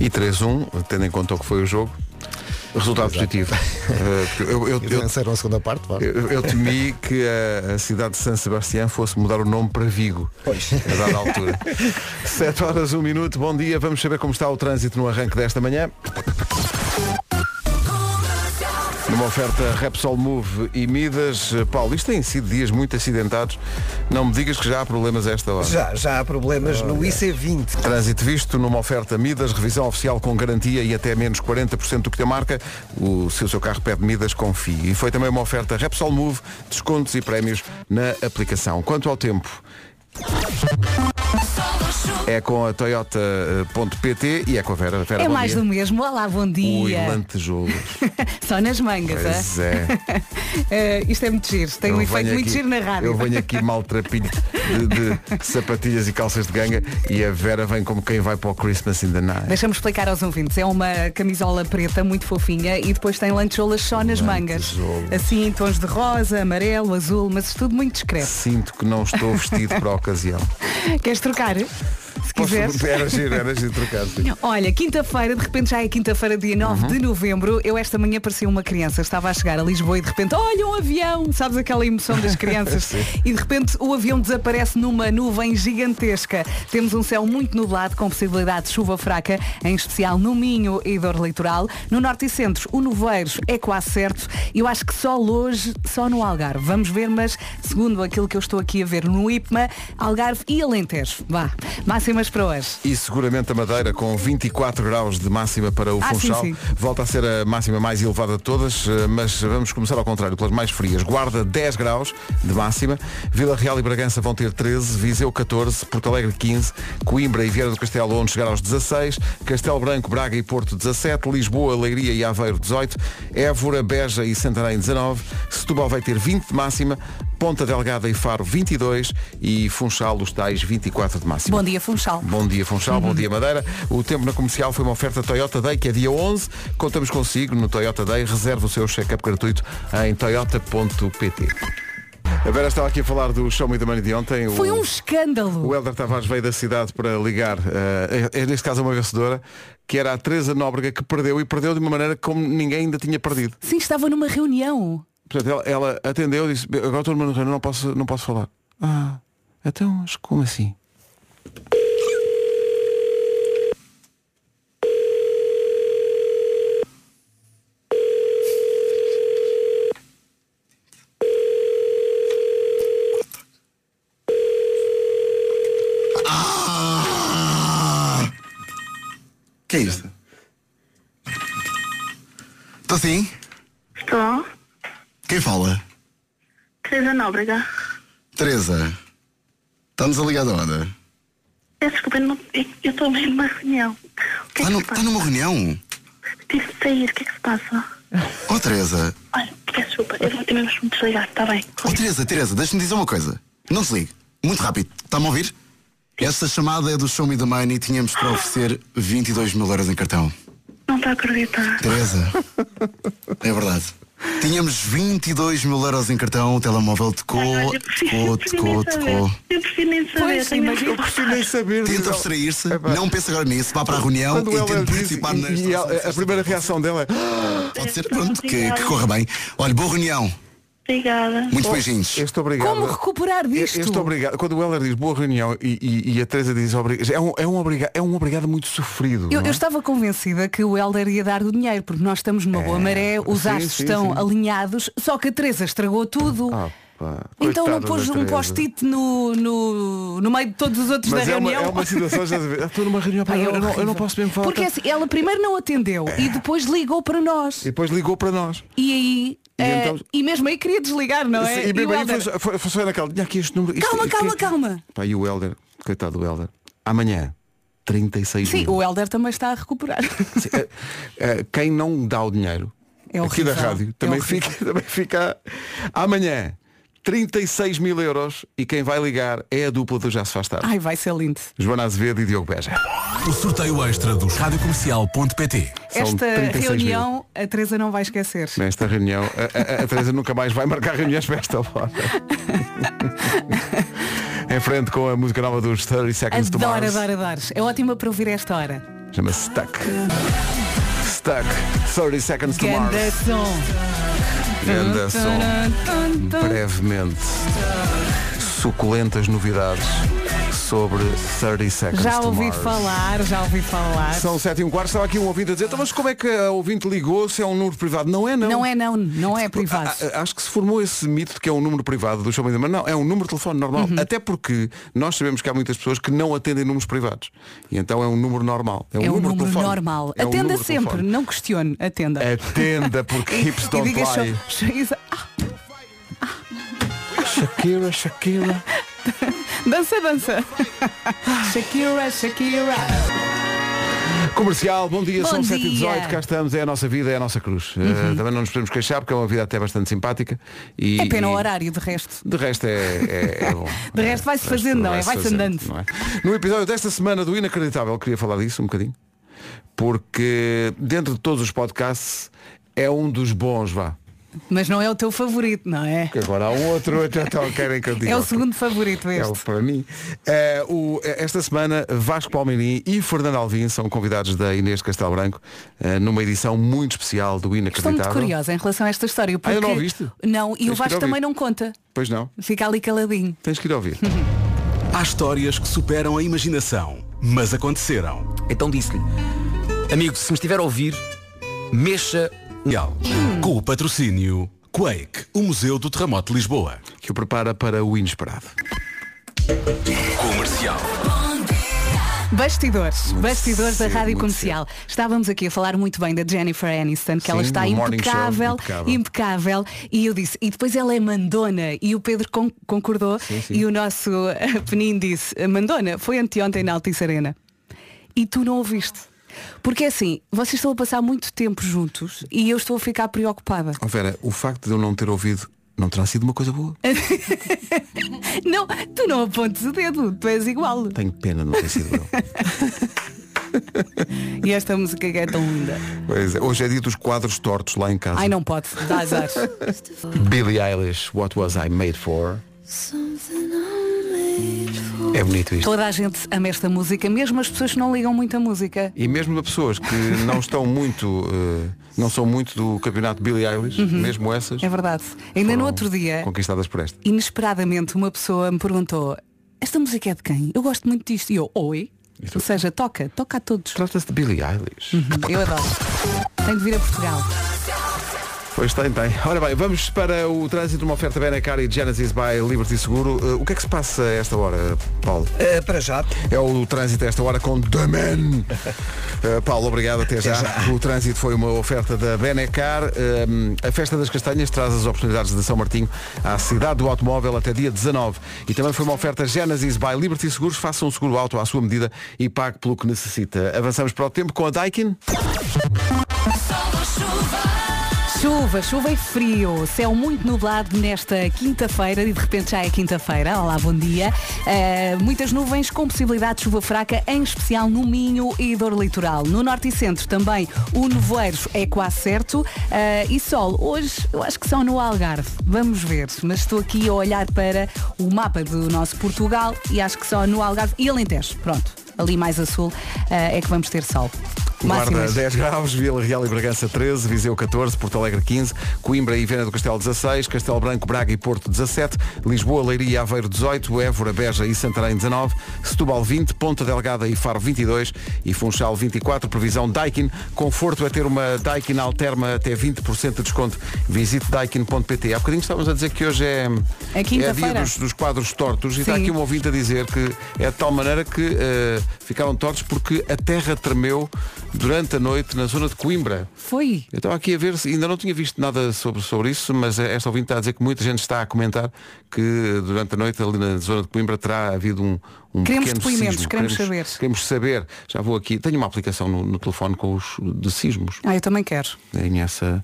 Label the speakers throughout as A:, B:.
A: E 3-1, tendo em conta o que foi o jogo. Resultado positivo. Eh, porque eu, eu-
B: E
A: eu-
B: venceram a segunda parte, vá.
A: eu- eu temi que a, a cidade de San Sebastián fosse mudar o nome para Vigo. Pois. A dada altura. 7 horas, 1 minuto, bom dia. Vamos saber como está o trânsito no arranque desta manhã. Numa oferta Repsol Move e Midas. eh, Paulo, isto tem sido dias muito acidentados. Não me digas que já há problemas a esta hora.
C: Já, já há problemas no IC20.
A: Trânsito visto numa oferta Midas, revisão oficial com garantia e até menos 40% do que a marca. O, se o seu carro pede Midas, confie. E foi também uma oferta Repsol Move, descontos e prémios na aplicação. Quanto ao tempo, é com a Toyota.pt e é com a Vera. Vera
D: É
A: bom
D: mais
A: dia.
D: do mesmo. Olá, bom
A: Ui,
D: dia.
A: lantejoulas.
D: Só nas mangas,
A: Pois é.
D: é? isto é muito giro. Tem
A: Eu
D: um
A: venho
D: efeito muito
A: aqui-
D: giro na rádio.
A: Eu venho aqui maltrapilho de, de sapatilhas e calças de ganga e a Vera vem como quem vai para o Christmas in the night.
D: Deixa-me explicar aos ouvintes. É uma camisola preta muito fofinha e depois tem lancholas só nas mangas.
A: Lancholas.
D: Assim, em tons de rosa, amarelo, azul, mas tudo muito discreto.
A: Sinto que não estou vestido para a ocasião.
D: Queres trocar? Se quiseres.
A: Era giro, era giro trocar. sim.
D: Olha, quinta-feira, de repente já é quinta-feira, dia 9 de novembro. Eu esta manhã parecia uma criança. Estava a chegar a Lisboa e de repente, olha um avião! Sabes aquela emoção das crianças? e de repente o avião desaparece numa nuvem gigantesca. Temos um céu muito nublado, com possibilidade de chuva fraca, em especial no Minho e dor litoral. No norte e centro, o Noveiro é quase certo. Eu acho que só longe, só no Algarve. Vamos ver, mas segundo aquilo que eu estou aqui a ver no IPMA, Algarve e Alentejo. Vá, máximas para hoje.
A: E seguramente a Madeira com 24 graus de máxima para o
D: Ah,
A: Funchal.
D: sim, sim.
A: Volta a ser a máxima mais elevada de todas, eh, mas vamos começar ao contrário, pelas mais frias. Guarda 10 graus de máxima, Vila Real e Bragança vão ter 13, Viseu 14, Porto Alegre 15, Coimbra e Vieira do Castelo onde chegar aos 16, Castelo Branco, Braga e Porto 17, Lisboa, Leiria e Aveiro 18, Évora, Beja e Santarém 19, Setúbal vai ter 20 de máxima, Ponta Delgada e Faro 22 e Funchal os tais 24 de máxima.
D: Bom dia, Funchal.
A: Bom dia, Funchal. Bom dia, Madeira. O tempo na comercial foi uma oferta Toyota Day, que é dia 11. Contamos consigo no Toyota Day. Reserve o seu check-up gratuito em toyota.pt. A Vera estava aqui a falar do Show Me the Money de ontem.
D: Foi
A: o...
D: um escândalo.
A: O Helder Tavares veio da cidade para ligar, eh, é, é neste caso a uma vencedora, que era a Teresa Nóbrega que perdeu e perdeu de uma maneira como ninguém ainda tinha perdido.
D: Sim, estava numa reunião.
A: Portanto, ela, ela atendeu e disse, agora estou numa reunião, não posso, não posso falar. Ah, então, mas como assim?
E: Que é isto? Estou sim?
F: Estou.
E: Quem fala?
F: Teresa Nóbrega.
E: Teresa. Estamos a ligar da onda?
F: Peço É, desculpa, eu não- eu eu estou bem numa reunião. O que é
E: Está
F: que
E: Tá no-
F: se
E: está
F: passa?
E: numa reunião?
F: Tive de sair, o que é que se passa?
E: Oh Teresa.
F: Olha, peço desculpa, eu vou ter mesmo que me desligar, está bem?
E: Oh Teresa, Teresa, deixa-me dizer uma coisa. Não desligue. Muito rápido. Está-me a ouvir? Esta chamada é do Show Me the Money e tínhamos para oferecer 22 mil euros em cartão.
F: Não está a acreditar.
E: Teresa. É verdade. Tínhamos 22 mil euros em cartão, o telemóvel
F: Ai,
E: tocou,
F: olha, Ah, eu prefiro- eu
E: tocou,
F: prefiro
E: tocou,
F: nem saber.
E: tocou.
F: Eu prefiro nem saber.
D: Pois,
F: tenho
D: imagino.
F: mesmo que
A: Prefiro nem saber.
E: Tenta
A: Isabel.
E: abstrair-se,
A: Epá.
E: não pense agora nisso, vá para a reunião
A: Quando
E: e
A: ela
E: tente É
A: diz,
E: um participar
A: e-
E: nesta
A: e ela- a primeira reação dela é "Ah,
E: Pode ser, pronto, que, que corra bem. Olha, boa reunião,
F: Obrigada.
E: muitos beijinhos.
A: eu estou obrigado.
D: Como recuperar
A: Eu- eu
D: disto?
A: estou obrigado. Quando o Heller diz boa reunião e, e- e a Teresa diz obrigado, é um, é, um obriga- é um obrigado muito sofrido.
D: Eu,
A: não é?
D: eu estava convencida que o Helder ia dar o dinheiro, porque nós estamos numa boa maré, os
A: É. sim,
D: astros
A: sim,
D: estão
A: sim.
D: alinhados, só que a Teresa estragou tudo.
A: Ah, pá,
D: então
A: coitada
D: não pôs
A: da
D: um
A: Teresa.
D: post-it no, no, no meio de todos os outros
A: Mas
D: da
A: é uma,
D: reunião.
A: é uma situação, já se vê. Ah, Estou numa reunião
D: Pá,
A: para
D: é
A: eu, não, eu
D: horrível.
A: não posso mesmo falar.
D: Porque
A: tanto.
D: assim, ela primeiro não atendeu e depois ligou para nós.
A: E depois ligou para nós.
D: E aí.
A: E
D: eh, E,
A: então-
D: mesmo aí queria desligar, não é?
A: e mesmo
D: o
A: aí
D: Helder,
A: foi, só- foi, foi só naquela. Tinha aqui este número. isto-
D: Calma,
A: isto-
D: calma,
A: que-
D: calma.
A: Pá, e o Helder, coitado do Helder, amanhã, 36
D: Sim,
A: mil.
D: o Helder também está a recuperar.
A: Sim, eh, eh, quem não dá o dinheiro
D: É
A: aqui da
D: horrível.
A: rádio
D: É
A: também,
D: horrível.
A: fica, também fica amanhã 36 mil euros e quem vai ligar é a dupla do Já se faz tarde.
D: Ai, vai ser lindo.
A: Joana Azevedo e Diogo Beja.
G: O sorteio extra do radiocomercial.pt
A: São
D: Esta
A: 36 mil.
D: reunião a Teresa não vai esquecer.
A: Nesta reunião, a, a- a Teresa nunca mais vai marcar reuniões para esta hora. em frente com a música nova dos 30 Seconds to
D: Adoro,
A: Mars.
D: adoro, adoro. É ótima para ouvir esta hora.
A: Chama-se Stuck. Stuck. 30 Seconds to
D: Ganda
A: Mars. Ganda som.
D: som.
A: Brevemente. Suculentas novidades sobre 30 Seconds
D: Já
A: to
D: ouvi
A: Mars.
D: falar, já ouvi falar.
A: São 7 e um quarto, estava aqui um ouvinte a dizer, "Então, mas como é que a ouvinte ligou se é um número privado? Não é não.
D: Não é não, não é privado.
A: A- a- acho que se formou esse mito de que é um número privado do chamado, mas não, é um número de telefone normal.
D: Uhum.
A: Até porque nós sabemos que há muitas pessoas que não atendem números privados. E então é um número normal. É um,
D: É um
A: número, de
D: número
A: telefone.
D: normal.
A: É um
D: Atenda
A: número de
D: sempre,
A: telefone.
D: não questione, atenda.
A: Atenda porque
D: E-
A: hips
D: e
A: don't
D: diga só-
A: lie.
D: Isa- Ah,
A: Shakira, Shakira.
D: dança, dança. Shakira, Shakira.
A: Comercial, bom dia,
D: Bom
A: são 7 e
D: dia. Uhum.
A: 18 cá estamos, é a nossa vida, é a nossa cruz. Eh, também não nos podemos queixar porque é uma vida até bastante simpática. E,
D: É pena o
A: e-
D: horário, de resto.
A: De resto é, é, é bom.
D: De resto vai-se
A: De resto
D: fazendo, não é?
A: vai-se
D: Vai-se
A: fazendo,
D: andando.
A: não é? No episódio desta semana do Inacreditável, queria falar disso um bocadinho, porque dentro de todos os podcasts é um dos bons, vá.
D: Mas não é o teu favorito, não é?
A: Que agora há um outro, então querem que eu diga.
D: É o
A: ok.
D: segundo favorito
A: É o
D: este.
A: para mim. Eh, o- esta semana, Vasco Palmeirim e Fernando Alvim são convidados da Inês de Castelo Branco eh, numa edição muito especial do
D: Estou
A: Inacreditável.
D: muito curiosa em relação a esta história. Porque...
A: Ah, eu não ouviste?
D: Não, e
A: Tens que
D: o
A: ir
D: Vasco
A: ouvir.
D: também não conta.
A: Pois não,
D: Fica ali caladinho.
A: tens que ir ouvir.
G: Há histórias que superam a imaginação, mas aconteceram.
B: Então disse-lhe, amigo, se me estiver a ouvir, mexa. um
G: Legal. Com o patrocínio Quake, o Museu do Terremoto de Lisboa.
A: Que o prepara para o inesperado.
G: Comercial.
D: Bastidores, bastidores da
A: cedo,
D: Rádio
A: muito
D: Comercial. Estávamos aqui a falar muito bem da Jennifer Aniston, que ela
A: Sim,
D: está
A: no morning show,
D: impecável,
A: impecável.
D: impecável, E eu disse, e depois ela é mandona. E o Pedro con- concordou e o nosso eh, Penin disse, mandona, foi anteontem na Altice Arena. E tu não ouviste. Porque é assim, vocês estão a passar muito tempo juntos e eu estou a ficar preocupada.
A: Oh Vera, o facto de eu não ter ouvido não terá sido uma coisa boa?
D: É. Não, tu não apontes o dedo, tu és igual.
A: Tenho pena de não ter sido eu.
D: E esta música que é tão linda.
A: Pois é, Hoje é dia dos quadros tortos lá em casa.
D: Ai, não pode, dá azar.
A: Billie Eilish, What Was I Made For? É bonito isto.
D: Toda a gente ama esta música, mesmo as pessoas que não ligam muito à música.
A: E mesmo a pessoas que não estão muito, eh, não são muito do campeonato Billie Eilish, mesmo essas,
D: É verdade. Ainda
A: foram
D: no outro dia,
A: conquistadas por esta.
D: inesperadamente, uma pessoa me perguntou esta música é de quem? Eu gosto muito disto. E eu, oi. Ou seja, toca, toca a todos.
A: Trata-se de Billie Eilish.
D: Eu adoro. Tenho de vir a Portugal.
A: Pois tem, tem. Ora bem, vamos para o trânsito, uma oferta Benacar e Genesis by Liberty Seguro. Eh, o que é que se passa a esta hora, Paulo?
C: Eh, para já.
A: É o trânsito a esta hora com The Man. Uh, Paulo, obrigado, até já. O trânsito foi uma oferta da Benecar. Um, a Festa das Castanhas traz as oportunidades de São Martinho à cidade do automóvel até dia 19. E também foi uma oferta Genesis by Liberty Seguros. Faça um seguro auto à sua medida e pague pelo que necessita. Avançamos para o tempo com a Daikin.
D: Chuva, chuva e frio. Céu muito nublado nesta quinta-feira e de repente já é quinta-feira. Olá, bom dia. Eh, muitas nuvens com possibilidade de chuva fraca, em especial no Minho e Douro Litoral. No Norte e Centro também o nevoeiro é quase certo. Eh, e sol, hoje eu acho que são no Algarve. Vamos ver. Mas estou aqui a olhar para o mapa do nosso Portugal e acho que só no Algarve e Alentejo. Pronto, ali mais a sul eh, é que vamos ter sol.
A: Guarda
D: Máximas.
A: 10 graus, Vila Real e Bragança 13, Viseu 14, Porto Alegre 15, Coimbra e Viana do Castelo 16, Castelo Branco, Braga e Porto 17, Lisboa, Leiria e Aveiro 18, Évora, Beja e Santarém 19, Setúbal 20, Ponta Delgada e Faro 22 e Funchal 24, previsão Daikin. Conforto é ter uma Daikin Alterma até 20% de desconto. Visite daikin.pt. Há bocadinho estávamos a dizer que hoje é,
D: É
A: é dia
D: quinta-feira.
A: dos, dos quadros tortos e está
D: Sim.
A: aqui um ouvinte a dizer que é de tal maneira que eh, ficaram tortos porque a terra tremeu durante a noite na zona de Coimbra.
D: Foi.
A: Eu estava aqui a ver, se ainda não tinha visto nada sobre, sobre isso, mas eh, esta ouvinte está a dizer que muita gente está a comentar que durante a noite ali na zona de Coimbra terá havido um, um
D: Queremos
A: pequeno
D: depoimentos,
A: sismo.
D: queremos saber.
A: Queremos saber. Já vou aqui, tenho uma aplicação no, no telefone com os de sismos.
D: Ah, eu também quero.
A: Tenho essa.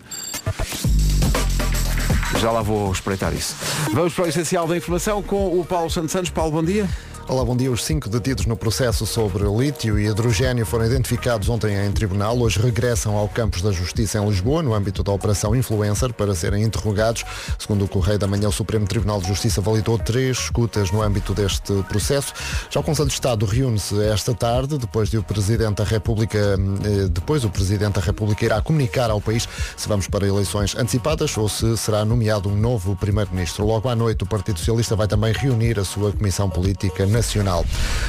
A: Já lá vou espreitar isso. Vamos para o essencial da informação com o Paulo Santos Santos. Paulo, bom dia.
H: Olá, bom dia. Os cinco detidos no processo sobre lítio e hidrogênio foram identificados ontem em tribunal. Hoje regressam ao campus da Justiça em Lisboa, no âmbito da Operação Influencer, para serem interrogados. Segundo o Correio da Manhã, o Supremo Tribunal de Justiça validou três escutas no âmbito deste processo. Já o Conselho de Estado reúne-se esta tarde, depois de o Presidente da República, eh, depois o Presidente da República irá comunicar ao país se vamos para eleições antecipadas ou se será nomeado um novo Primeiro-Ministro. Logo à noite, o Partido Socialista vai também reunir a sua Comissão Política Nacional.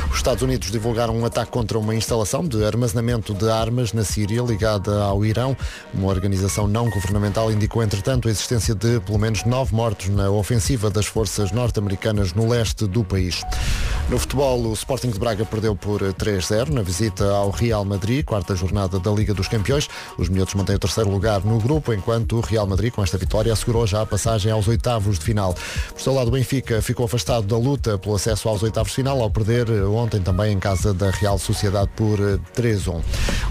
H: Os Estados Unidos divulgaram um ataque contra uma instalação de armazenamento de armas na Síria ligada ao Irão. Uma organização não governamental indicou, entretanto, a existência de pelo menos nove mortos na ofensiva das forças norte-americanas no leste do país. No futebol, o Sporting de Braga perdeu por 3-0 na visita ao Real Madrid, quarta jornada da Liga dos Campeões. Os miúdos mantêm o terceiro lugar no grupo, enquanto o Real Madrid, com esta vitória, assegurou já a passagem aos oitavos de final. Por seu lado, o Benfica ficou afastado da luta pelo acesso aos oitavos de final, ao perder eh, ontem também em casa da Real Sociedade por eh, 3-1.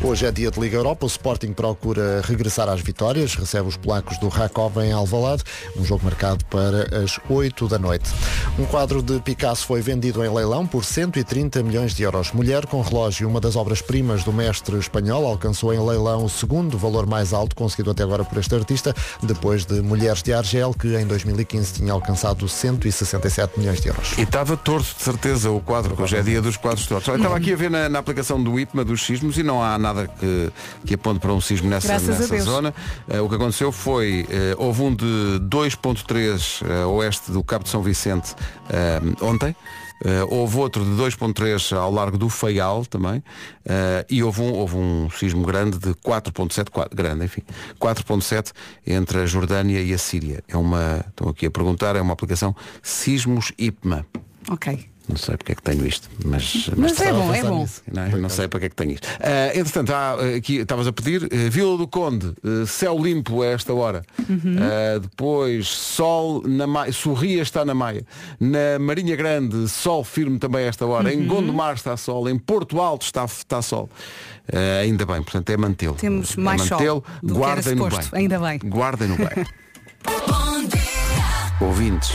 H: Hoje é dia de Liga Europa, o Sporting procura regressar às vitórias, recebe os polacos do Rakov em Alvalade, um jogo marcado para as 8 da noite. Um quadro de Picasso foi vendido em leilão por 130 milhões de euros. Mulher com relógio, uma das obras-primas do mestre espanhol, alcançou em leilão o segundo valor mais alto conseguido até agora por este artista, depois de Mulheres de Argel, que em 2015 tinha alcançado 167 milhões de euros.
A: E estava torto, de certeza, o quadro, que hoje é dia dos quadros tortos. Olha, Estava aqui a ver na, na aplicação do IPMA dos sismos e não há nada que, que aponte para um sismo nessa,
D: Graças a
A: nessa
D: Deus.
A: zona. Eh, o que aconteceu foi, eh, houve um de 2.3 eh, oeste do Cabo de São Vicente eh, ontem. Eh, houve outro de 2.3 ao largo do Faial também Eh, e houve um, houve um sismo grande de 4.7 qua- grande enfim 4.7 entre a Jordânia e a Síria é uma estão aqui a perguntar é uma aplicação Sismos IPMA
D: Ok.
A: não sei porque é que tenho isto, mas.
D: Mas é bom, é
H: pensar
D: bom.
H: nisso.
A: Não, eu não sei para que é que tenho isto. Ah, entretanto, há, ah, aqui estavas a pedir eh, Vila do Conde, eh, céu limpo a esta hora.
D: Uhum.
A: Ah, depois sol na Maia, Sorria está na Maia. Na Marinha Grande, sol firme também a esta hora.
D: Uhum.
A: Em Gondomar está sol, em Porto Alto está, está sol. Ah, ainda bem, portanto é mantê-lo.
D: Temos
A: É
D: mais sol
A: mantê-lo,
D: do que era
A: guardem-no bem.
D: suposto, ainda bem.
A: Guardem-no bem. ouvintes,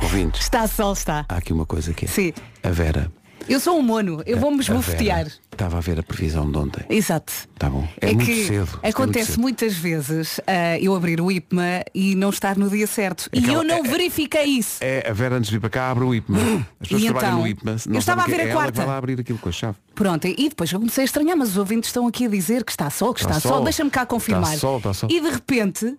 A: ouvintes,
D: Está sol, está.
A: há aqui uma coisa que é.
D: Sim.
A: A Vera
D: Eu sou um mono,
A: É
D: eu vou-me esbofetear.
A: Estava a ver a previsão de ontem.
D: Exato.
A: Tá bom. É muito cedo. Isto é muito
D: acontece
A: cedo.
D: muitas vezes ah, eu abrir o IPMA e não estar no dia certo. E
A: Aquela-
D: eu não
A: é- é-
D: verifiquei isso.
A: É, a Vera antes de vir para cá abre o IPMA. As pessoas
D: E
A: que trabalham
D: então?
A: no IPMA.
D: Eu estava
A: sabem o
D: a
A: quê.
D: ver a
A: é Ela
D: quarta.
A: que vai lá abrir aquilo com a chave.
D: Pronto, e depois eu comecei a estranhar, mas os ouvintes estão aqui a dizer que está sol, que
A: Está
D: está, sol,
A: sol.
D: deixa-me cá confirmar.
A: Está sol, está sol.
D: E de repente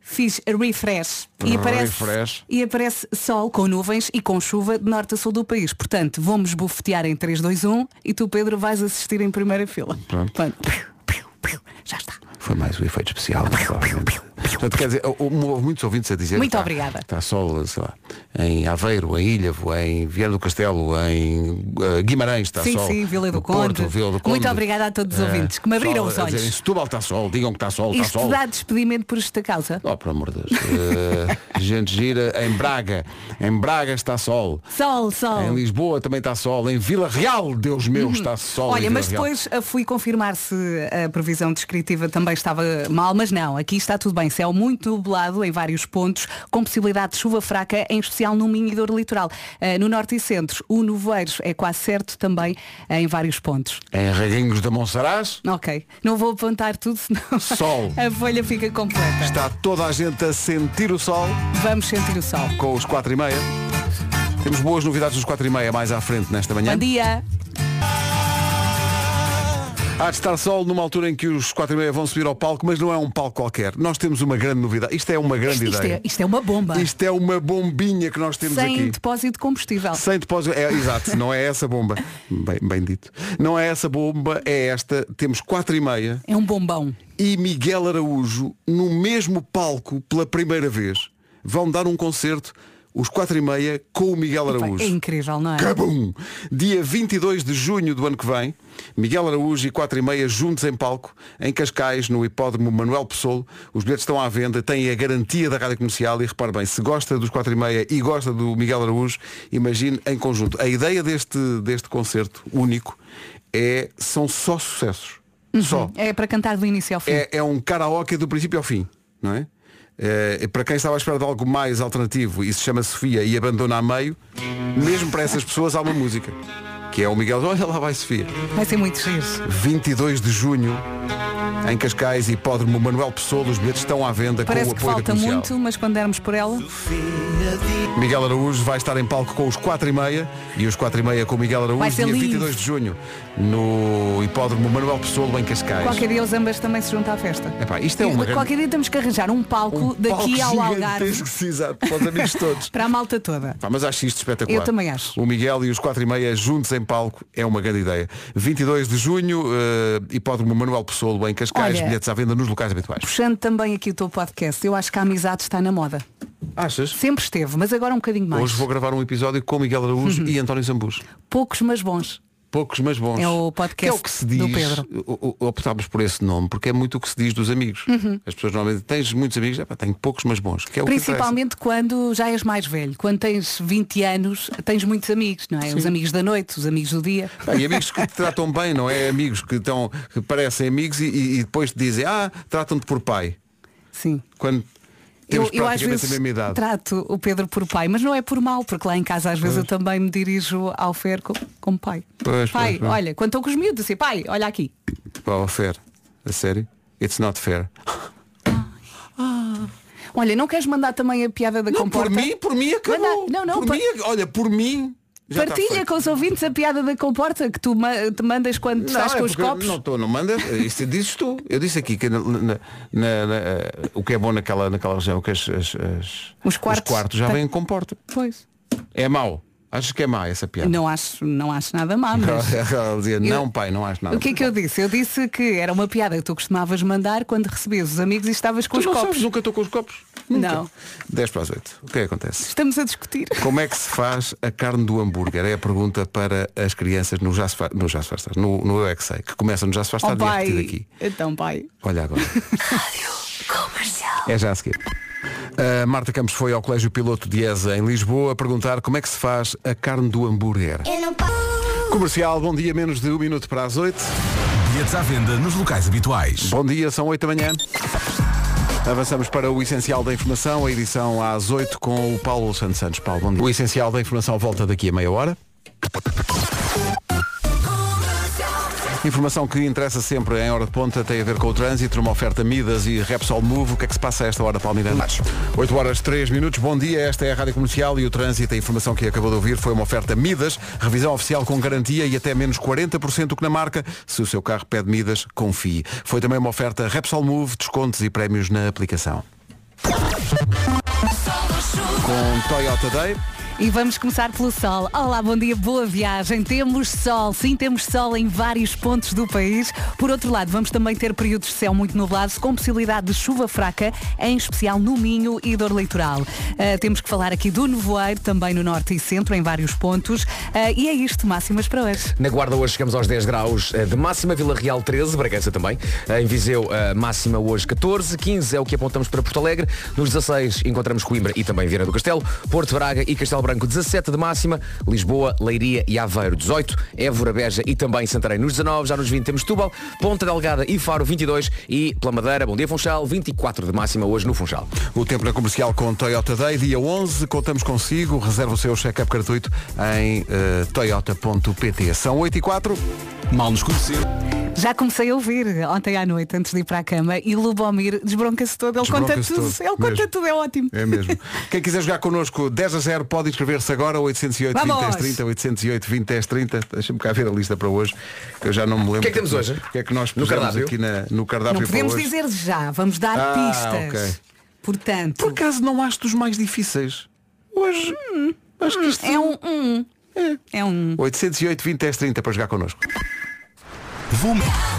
D: fiz refresh e aparece,
A: Refresh.
D: e aparece sol com nuvens e com chuva de norte a sul do país. Portanto, vamos bufetear em 3, 2, 1 e tu, Pedro, vais assistir em primeira fila.
A: Pronto.
D: piu, piu, piu, já está.
A: Foi mais o efeito especial. mas, provavelmente. Portanto, quer dizer, houve muitos ouvintes a dizer.
D: Muito
A: que está-
D: obrigada.
A: Está sol, sei lá, em Aveiro, em Ilhavo, em Vieira do Castelo, em eh, Guimarães está
D: Sim,
A: sol.
D: sim, Vila do
A: no Porto,
D: Conde.
A: Vila do Conde.
D: Muito obrigada a todos os
A: Eh,
D: ouvintes que me abriram
A: sol,
D: os
A: a dizer,
D: olhos.
A: Em Setúbal está sol, digam que está sol, está
D: Isto
A: sol.
D: dá despedimento por esta causa.
A: Oh, por amor de Deus. Eh, gente gira em Braga. Em Braga está sol.
D: Sol, sol.
A: Em Lisboa também está sol. Em Vila Real, Deus meu, está sol. em
D: Uhum. Olha,
A: Vila
D: mas
A: Tá Real.
D: depois ah, fui confirmar se a previsão descritiva também estava mal, mas não, aqui está tudo bem. Céu muito nublado em vários pontos, com possibilidade de chuva fraca, em especial no Minho e Douro Litoral. Ah, no Norte e Centro, o Noveiro é quase certo também eh, em vários pontos.
A: Em Reguengos da Monsaraz,
D: Ok, não vou apontar tudo, senão
A: Sol.
D: a folha fica completa.
A: está toda a gente a sentir o sol
D: Vamos sentir o sol.
A: com os 4 e meia. Temos boas novidades dos 4 e meia mais à frente nesta manhã.
D: Bom dia.
A: Há de estar sol numa altura em que os 4 e meia vão subir ao palco, mas não é um palco qualquer. Nós temos uma grande novidade. Isto é uma grande
D: Isto, isto é,
A: ideia.
D: isto é uma bomba.
A: Isto é uma bombinha que nós temos
D: Sem
A: aqui.
D: depósito de combustível.
A: Sem depósito. É, exato, não é essa bomba. Bem, bem dito. Não é essa bomba, é esta. Temos 4 e meia
D: É um bombão.
A: e Miguel Araújo no mesmo palco pela primeira vez. Vão dar um concerto, os 4 e meia, com o Miguel Araújo.
D: É incrível, não é?
A: Cabum! Dia 22 de junho do ano que vem, Miguel Araújo e 4 e meia juntos em palco, em Cascais, no hipódromo Manuel Pessoa. Os bilhetes estão à venda, têm a garantia da Rádio Comercial e repare bem, se gosta dos 4 e meia e gosta do Miguel Araújo, imagine em conjunto. A ideia deste, deste concerto único é, são só sucessos. Só
D: É para cantar do início ao fim.
A: é, é um karaoke do princípio ao fim, não é? Eh, para quem estava à espera de algo mais alternativo e se chama Sofia e abandona a meio, mesmo para essas pessoas há uma música. Que é o Miguel, olha lá vai Sofia.
D: Vai ser muito giro.
A: 22 de junho, em Cascais, Hipódromo Manuel Pessoa, os bilhetes estão à venda
D: Parece
A: com o
D: que
A: apoio
D: falta
A: da comercial.
D: muito, mas quando dermos por ela,
A: Miguel Araújo vai estar em palco com os 4 e meia e os 4 e meia com o Miguel Araújo
D: Vai
A: dia
D: ser lindo.
A: 22 de junho no Hipódromo Manuel Pessoa em Cascais.
D: qualquer dia os ambas também se juntam à festa.
A: Epá, isto é uma grande-
D: Qualquer dia temos que arranjar um palco
A: um
D: daqui
A: palco
D: ao Algarve
A: gigantesco, sim, Exato, para os amigos todos.
D: para a malta toda.
A: Pá, mas acho isto espetacular.
D: Eu também acho.
A: O Miguel e os 4 e meia juntos em palco é uma grande ideia. 22 de junho, eh, Hipódromo Manuel Pessoa em Cascais,
D: Olha-
A: bilhetes à venda nos locais habituais.
D: Puxando também aqui o teu podcast, eu acho que a amizade está na moda.
A: Achas?
D: Sempre esteve, mas agora um bocadinho mais. Uhum.
A: Hoje vou gravar um episódio com Miguel Araújo e António Zambujo.
D: Poucos, mas bons.
A: Poucos, mas bons.
D: É o podcast
A: Que é o que se diz.
D: do Pedro.
A: o- o- Optámos por esse nome, porque é muito o que se diz dos amigos.
D: Uhum.
A: As pessoas normalmente tens muitos amigos, epá, tenho poucos, mas bons. Que é o que
D: Principalmente quando já és mais velho. Quando tens 20 anos, tens muitos amigos, não é? Os amigos da noite, os amigos do dia.
A: interessa. Pá, e amigos que te tratam bem, não é? Amigos que, estão, que parecem amigos e, e- e depois te dizem, ah, tratam-te por pai.
D: Sim.
A: Quando
D: Eu,
A: temos
D: eu às
A: praticamente
D: vezes
A: a mesma idade.
D: trato o Pedro por pai, mas não é por mal, porque lá em casa às vezes eu também me dirijo ao Fer co- como pai.
A: Pois,
D: pai,
A: pois, pois.
D: olha, quando estou com os miúdos, assim, pai, olha aqui.
A: Pá, ó, fair. A sério? It's not fair.
D: Olha, não queres mandar também a piada da
A: Não,
D: comporta?
A: por mim, por mim acabou.
D: Manda- não, não,
A: por
D: pa-
A: mim, olha, por mim. já está
D: Partilha
A: feito.
D: com os ouvintes a piada da comporta que tu ma- te mandas quando estás
A: é
D: com os
A: porque eu
D: copos.
A: Não estou, não manda. Isso dizes tu. Eu disse aqui que na- na- na- na- eh, o que é bom naquela, naquela região, é que as- as- as-
D: Os quartos.
A: já
D: Tá-
A: vêm com porta.
D: Pois.
A: É mau. Achas que é má essa piada?
D: Não acho, não acho nada má, mas.
A: Ela dizia, não pai, não acho é nada.
D: O que é que eu disse? Eu disse que era uma piada que tu costumavas mandar quando recebias os amigos e estavas com
A: Tu
D: os
A: não
D: copos.
A: sabes, nunca estou com os copos. Nunca.
D: Não.
A: 10 para as 8. O que é que acontece?
D: Estamos a discutir.
A: Como é que se faz a carne do hambúrguer? É a pergunta para as crianças no Já se faz, no, Já se faz Tarde, no, no Eu É Que Sei, que começa no Já se faz
D: Oh,
A: tarde e é
D: pai.
A: repetido aqui.
D: Então, pai.
A: Olha agora. É já a seguir. A Marta Campos foi ao Colégio Piloto de ESA em Lisboa perguntar como é que se faz a carne do hambúrguer. Comercial, bom dia, menos de um minuto para as oito.
G: Bilhetes à venda nos locais habituais.
A: Bom dia, são oito da manhã. Avançamos para o Essencial da Informação, a edição às oito com o Paulo Santos Santos. Paulo, bom dia. O Essencial da Informação volta daqui a meia hora. Informação que interessa sempre em hora de ponta tem a ver com o trânsito, uma oferta Midas e Repsol Move. O que é que se passa a esta hora, Paulo Miranda? 8 horas 3 minutos, bom dia, esta é a Rádio Comercial e o trânsito, a informação que acabou de ouvir foi uma oferta Midas, revisão oficial com garantia e até menos 40% do que na marca. Se o seu carro pede Midas, confie. Foi também uma oferta Repsol Move, descontos e prémios na aplicação. Com Toyota Day.
D: E vamos começar pelo sol. Olá, bom dia, boa viagem. Temos sol, sim, temos sol em vários pontos do país. Por outro lado, vamos também ter períodos de céu muito nublados, com possibilidade de chuva fraca, em especial no Minho e dor litoral. Ah, temos que falar aqui do nevoeiro, também no norte e centro, em vários pontos. Ah, e é isto, máximas para hoje.
B: Na Guarda hoje chegamos aos 10 graus eh, de máxima, Vila Real 13, Bragança também. Eh, Em Viseu, eh, máxima hoje 14, 15 é o que apontamos para Porto Alegre. Nos 16 encontramos Coimbra e também Viana do Castelo, Porto Braga e Castelo Branco 17 de máxima, Lisboa, Leiria e Aveiro 18, Évora, Beja e também Santarém nos 19, já nos 20 temos Tubal, Ponta Delgada e Faro 22 e pela Madeira, Bom Dia Funchal, 24 de máxima hoje no Funchal.
A: O tempo na comercial com Toyota Day, dia 11, contamos consigo. Reserva o seu check-up gratuito em eh, toyota.pt. São 8 e 4.
G: Mal nos conhecer.
D: Já comecei a ouvir ontem à noite, antes de ir para a cama, e Lubomir desbronca-se todo. Ele conta
A: Desbronca-se
D: tudo.
A: todo,
D: Ele conta
A: mesmo.
D: tudo, é ótimo.
A: É mesmo. Quem quiser jogar connosco 10 a 0 pode inscrever-se agora 808 20
D: Vamos!
A: 10 30 808 20 10 30. Deixa-me cá ver a lista para hoje. que Eu já não me lembro. O
B: que é que temos hoje?
A: O que é que nós
B: No
A: pusemos
B: cardápio?
A: aqui na- no cardápio
D: Não
A: para
D: podemos
A: hoje?
D: dizer já, vamos dar
A: Ah,
D: pistas.
A: ok.
D: Portanto,
A: Por acaso não acho dos mais difíceis.
D: Hum.
A: Hoje acho que isto
D: é um, um. É um.
A: 808 20 10 30 para jogar connosco.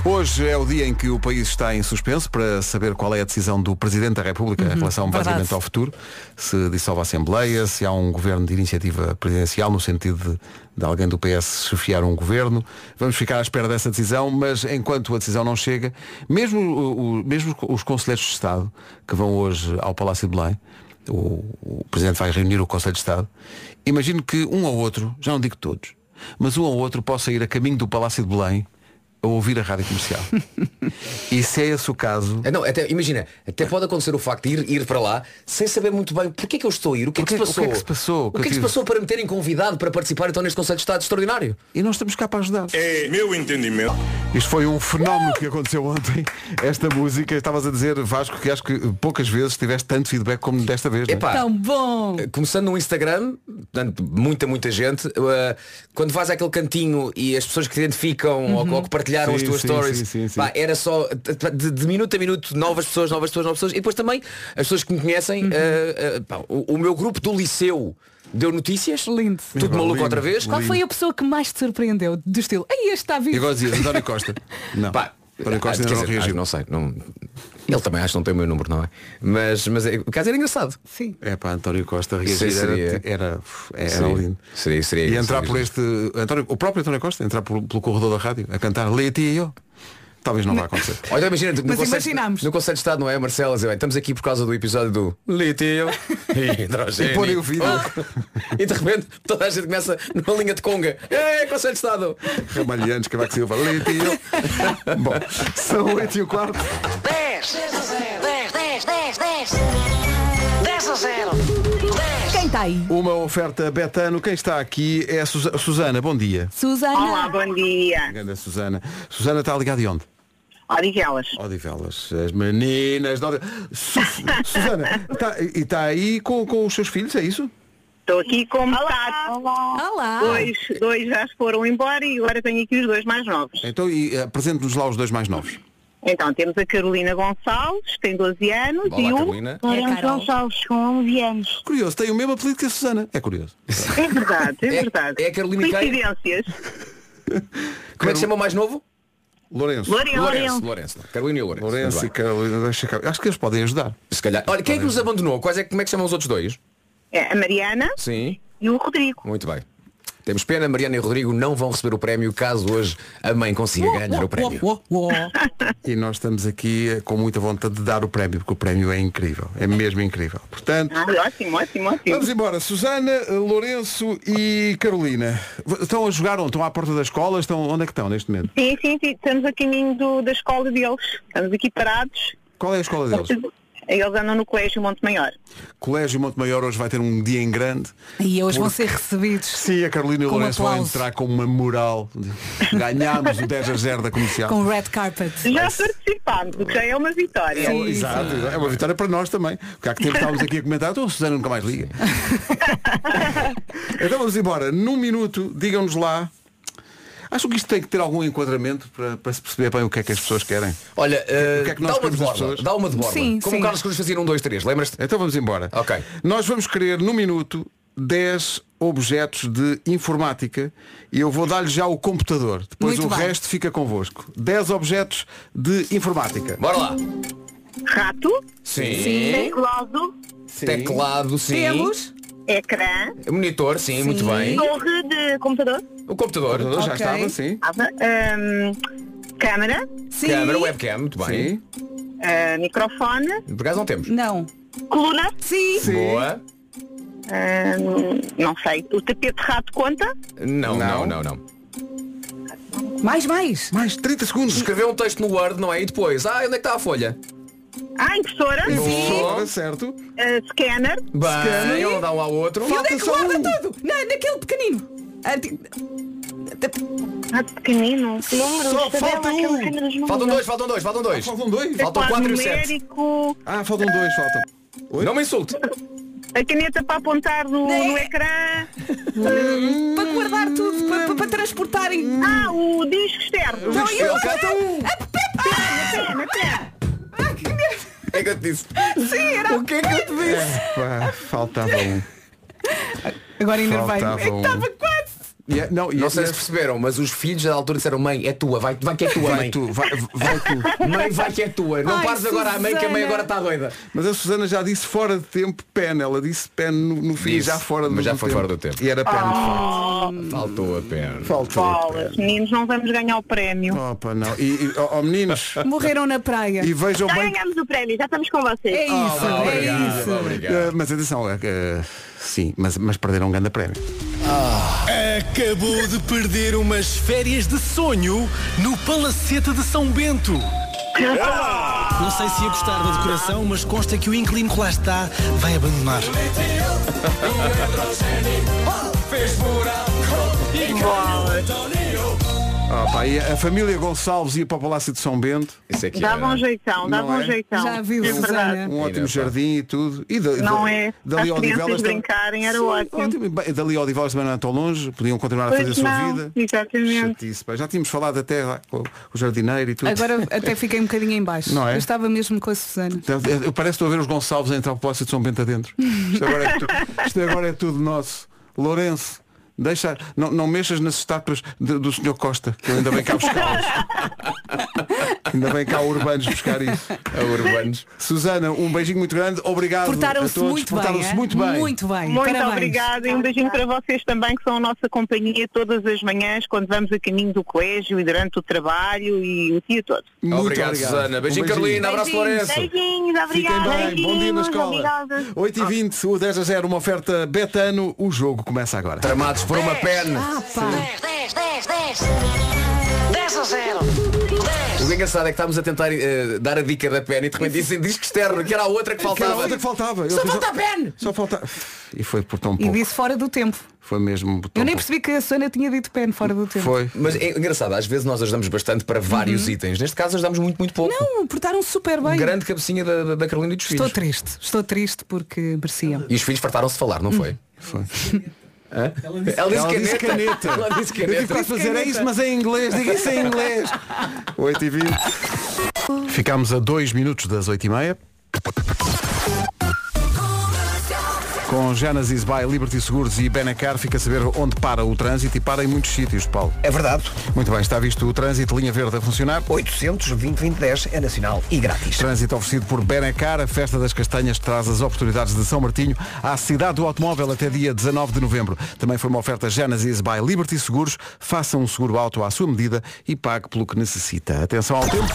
A: Hoje é o dia em que o país está em suspenso para saber qual é a decisão do Presidente da República em relação
D: verdade.
A: basicamente ao futuro, se dissolve a Assembleia, se há um governo de iniciativa presidencial, no sentido de, de alguém do PS chefiar um governo. Vamos ficar à espera dessa decisão, mas enquanto a decisão não chega, mesmo, o- o- mesmo os conselheiros de Estado que vão hoje ao Palácio de Belém, o, o Presidente vai reunir o Conselho de Estado, imagino que um ou outro, já não digo todos, mas um ou outro possa ir a caminho do Palácio de Belém a ouvir a rádio comercial. e se é esse o caso,
B: Ah, Não, até, imagina, até pode acontecer o facto de ir, ir para lá sem saber muito bem porque é que eu estou a ir, o que é que se
A: Porque- o
B: passou.
A: que é que se passou?
B: O que é que se
A: Contigo.
B: passou para me terem convidado para participar então neste Conselho de Estado extraordinário?
A: e nós estamos cá para ajudar.
I: É meu entendimento.
A: Isto foi um fenómeno que aconteceu ontem. Esta música, estavas a dizer, Vasco, que acho que poucas vezes tiveste tanto feedback como desta vez. não é?
B: Epá,
D: Tão bom!
B: começando no Instagram, portanto, muita, muita gente, eh, quando vais àquele cantinho e as pessoas que te identificam ou, ou que partilharam
A: Uhum. Sim,
B: as tuas
A: sim,
B: stories,
A: sim, sim, sim.
B: pá, era só eh, de, de minuto a minuto novas pessoas, novas pessoas, novas pessoas. E depois também as pessoas que me conhecem,
A: Uhum.
B: eh, eh, pá, o, o meu grupo do liceu deu notícias.
D: Lindo.
B: Tudo
A: Epá,
B: maluco
A: lindo,
B: outra vez.
D: Qual foi a pessoa que mais te surpreendeu? Do estilo, aí este está
A: E
D: vivo.
A: agora dizias, António Costa. Não.
B: Pá,
A: António Costa
B: ah,
A: ainda
B: quer
A: não
B: dizer,
A: reagiu.
B: ah, Não sei. Não... Ele também acho que não tem o meu número, não é? Mas, mas é, o caso era engraçado.
D: Sim.
A: É pá, António Costa reagir
B: Sim,
A: era,
B: seria.
A: era, era
B: Seria.
A: lindo.
B: É, Seria- seria-
A: e entrar
B: seria.
A: por este. António, o próprio António Costa entrar por- pelo corredor da rádio a cantar Leitio. Talvez não vá acontecer.
B: Olha, então imagina, no
D: Mas
B: Conselho-
D: imaginámos.
B: No Conselho de Estado, não é, Marcelo? a dizer, "Bem, Estamos aqui por causa do episódio do Litio e hidrogênio.
A: E porem o vídeo.
B: Ah! E de repente toda a gente começa numa linha de conga. É, Conselho de Estado!
A: Ramalhianos, Cavaco Silva, Leitio. Bom, são 8 e o quarto.
J: 10 10 10 10 10 10 a 0 10
D: Quem está aí?
A: Uma oferta Betano. Quem está aqui é a Susa- Susana. Bom dia.
D: Susana.
F: Olá, bom dia.
A: Grande Susana. Susana está ligada de onde?
F: Odivelas.
A: Odivelas, as meninas. de Odi- Su- Susana, tá- e está aí com, com os seus filhos, é isso?
F: Estou aqui com metade. Olá.
D: Olá.
F: Dois, dois já se foram embora e agora tenho aqui os dois mais novos.
A: Então e, eh, apresente-nos lá os dois mais novos.
F: Então temos a Carolina Gonçalves, tem 12 anos,
B: Olá,
F: e um o
B: Carolina.
D: É, Carol.
J: Gonçalves com 11 anos.
A: Curioso, tem o mesmo apelido que a Susana. É curioso.
F: É verdade, é,
B: É-
F: verdade.
B: é a Carolina quem?
F: Coincidências.
B: Como é que se chama o mais novo?
A: Lourenço.
F: Lourenço.
B: Lourenço. Carolina e o Lourenço.
A: Lourenço e
B: Muito
A: Carolina. deixa cá. Acho que eles podem ajudar.
B: bem. Se calhar. Olha, quem é que nos abandonou? Quais é, que- como é que se chamam os outros dois?
F: É a Mariana
B: Sim.
F: e o Rodrigo.
B: Muito bem. Temos pena, Mariana e Rodrigo não vão receber o prémio caso hoje a mãe consiga ganhar o prémio.
A: E nós estamos aqui eh, com muita vontade de dar o prémio, porque o prémio é incrível. É mesmo incrível. Portanto,
F: Ah, ótimo, ótimo, ótimo.
A: vamos embora. Susana, eh, Lourenço e Carolina. V- Estão a jogar onde? Estão à porta da escola? Estão... Onde é que estão neste momento?
F: Sim, sim, sim. Estamos a caminho do- da escola deles. Estamos aqui parados.
A: Qual é a escola deles?
F: Eles andam no colégio Monte Maior.
A: Colégio Monte Maior hoje vai ter um dia em grande.
D: E hoje vão
A: Porque-
D: ser recebidos
A: Sim, a Carolina e o
D: Com um
A: Lourenço vão
D: aplauso.
A: entrar com uma moral. Ganhámos o 10 a 0 da comercial.
D: com red carpet.
F: Já participámos, o que já é uma vitória.
A: É, exato, é uma vitória para nós também. Porque há que tempo estávamos aqui a comentar, então a Susana nunca mais liga. então vamos embora. Num minuto, digam-nos lá. Acham que isto tem que ter algum enquadramento para, para se perceber bem o que é que as pessoas querem?
B: Olha, eh,
A: que é que nós
B: dá uma de
A: queremos das
B: borda.
A: pessoas?
B: Dá uma de borda.
D: Sim,
B: Como
D: sim.
B: o Carlos Cruz fazia num, dois, três, lembras-te?
A: Então vamos embora.
B: Ok.
A: Nós vamos querer, num minuto, 10 objetos de informática e eu vou dar-lhe já o computador. Depois
D: Muito
A: o
D: bem.
A: resto fica convosco. 10 objetos de informática.
B: Bora lá.
F: Rato,
B: Sim.
F: teclado,
B: Teclado, sim.
D: Temos.
F: ecrã,
B: Monitor, sim, muito bem.
F: torre de computador,
B: O computador.
A: Computador, Já
D: Ok.
A: estava, sim.
F: ahm, câmara,
D: Sim.
B: Câmara, webcam, muito bem.
A: Sim.
F: ah, microfone,
B: Por acaso não temos.
D: Não.
F: coluna,
D: Sim.
B: Boa.
F: ahm, não sei, o tapete de rato conta,
B: Não,
A: Não.
B: não, não, não.
D: Mais, mais.
A: Mais 30 segundos.
B: Escrever um texto no Word, não é? E depois, ah, onde é que está a folha?
F: ah, impressora,
A: Boa, certo.
F: ah, scanner,
B: Bem, um dá um ao outro.
D: E onde é que
A: só
D: guarda
A: um.
D: tudo? Na, naquele pequenino. Arti-
F: ah, pequenino, números,
A: Só
F: tabela,
A: falta
F: aquela
A: um.
F: cena dos números.
B: Faltam dois, faltam dois, faltam dois.
A: Faltam dois.
B: Faltam
F: Teclado
B: quatro e sete.
F: numérico,
A: Ah, faltam dois, faltam. Oi?
B: Não me insulte.
F: a caneta para apontar no,
D: Né?
F: no ecrã,
D: Para guardar tudo, para, para, para transportarem.
A: Hum,
F: ah, o disco externo,
D: Não, e o
B: Ele canta um.
F: pena, pena.
D: Ah, que nervo.
B: O que é que eu te disse?
D: Sim, era.
B: O que é que eu te disse?
A: Pá, faltava um.
D: Agora enervei.
A: Faltava
D: É que
A: um.
D: estava quase.
A: E é- não, e é-
B: Não sei
A: e é-
B: se perceberam, mas os filhos da altura disseram Mãe, é tua, vai, vai que é tua,
A: Vai
B: mãe
A: tu, vai, vai tu.
B: Mãe, vai que é tua Não
D: Ai,
B: pares agora à mãe que a mãe
D: Susana.
B: agora está doida
A: Mas a Susana já disse fora de tempo pen. Ela disse pen no, no fim,
B: Disse,
A: já fora do
B: mas já
A: do
B: foi
A: tempo.
B: fora do tempo.
A: E era pen,
D: Ah.
B: Faltou a perna
A: de facto. Faltou.
F: Bolas, meninos, não vamos ganhar o prémio.
A: Opa, não. E, e- ó, ó, meninos,
D: Morreram na praia.
A: e Oh, vejam
F: Já
A: bem.
F: ganhamos o prémio, já estamos com vocês.
D: É isso, é isso.
A: Eh, mas atenção, eh, eh, sim, mas, mas perderam um grande prémio.
I: A Acabou de perder umas férias de sonho no Palacete de São Bento. Não sei se ia gostar da decoração, mas consta que o inquilino que lá está vai abandonar.
A: Oh, pá, e a família Gonçalves ia para o Palácio de São Bento.
B: Isso é aqui
K: Dava um jeitão,
A: Não
K: dava um
A: é?
K: jeitão.
D: Já viu,
K: é
D: Susana?
K: verdade.
A: Um ótimo jardim e tudo. E da-
K: Não
A: da-
K: é?
A: Dali
K: As
A: ao Odivelas
K: crianças
A: também-
K: brincarem era
A: Sim,
K: ótimo.
A: ótimo. E ba- Dali ao Odivelas também não é tão longe, podiam continuar a
K: Pois
A: fazer a sua
K: não,
A: vida.
K: Exatamente.
A: Chatice, pá. Já tínhamos falado até lá com o jardineiro e tudo.
D: Agora até fiquei um bocadinho em baixo.
A: Não é?
D: Eu estava mesmo com a Susana.
A: Então, eu- eu Parece que estou a ver os Gonçalves a entrar para o Palácio de São Bento adentro. Isto agora é, tu- isto agora é tudo nosso. Lourenço, deixa, não, não mexas nas estátuas de- do Sr. Costa, que eu ainda bem cá buscá-los. ainda bem cá há urbanos buscar isso.
B: A É urbanos.
A: Susana, um beijinho muito grande. Obrigado
D: Portaram-se
A: a todos.
D: muito,
A: Portaram-se
D: bem, é?
A: muito bem.
D: Muito bem.
K: Muito
D: Parabéns.
K: obrigada e um beijinho para vocês também, que são a nossa companhia todas as manhãs, quando vamos a caminho do colégio e durante o trabalho e o dia todo.
A: Muito Um
B: obrigado, Susana. Beijinho, Carolina. Abraço,
D: Beijinhos.
B: Lourenço.
K: Beijinhos,
A: Fiquem
K: obrigada.
A: bem. Bom dia na escola.
K: Obrigada.
A: 8h20, o 10 a 0, uma oferta Betano. O jogo começa agora.
B: Tramados por uma
A: Ah,
B: pena.
D: Ah,
J: 10, 10, 10, 10. 10 a 0.
B: O
A: Ah.
J: 10.
B: engraçado é que estávamos a tentar eh, dar a dica da pena e de repente dizem disco externo, que era a outra que
A: Que era a
B: faltava.
A: outra que faltava. Eu
B: Só
A: fiz-
B: falta a pena.
A: Só falta. E foi por tão
D: E
A: pouco.
D: disse fora do tempo.
A: Foi mesmo.
D: Eu
A: tão
D: nem
A: pouco.
D: percebi que a Susana tinha dito pen fora do tempo.
A: Foi.
B: Mas é engraçado, às vezes nós ajudamos bastante para vários itens. Neste caso ajudamos muito, muito pouco. Um
D: Não, portaram-se super
A: Um
D: bem.
B: Grande cabecinha da, da- da Carolina e dos
D: Estou
B: filhos.
D: triste. Estou triste porque mereciam.
B: E os filhos fartaram-se de falar, não foi?
A: Foi.
B: Hã? Ela disse
A: Ela disse
B: caneta.
A: caneta.
B: Ela disse
A: Eu tive
B: caneta.
A: para fazer é isso, mas em inglês. Diga isso em inglês. 8h20. Ficámos a 2 minutos das 8h30. Com Genesis by Liberty Seguros e Benacar fica a saber onde para o trânsito e para em muitos sítios, Paulo.
C: É verdade.
A: Muito bem, está visto o trânsito, linha verde a funcionar.
C: 820-2010 é nacional e grátis.
A: Trânsito oferecido por Benacar, a Festa das Castanhas traz as oportunidades de São Martinho à cidade do automóvel até dia 19 de novembro. Também foi uma oferta Genesis by Liberty Seguros. Faça um seguro auto à sua medida e pague pelo que necessita. Atenção ao tempo.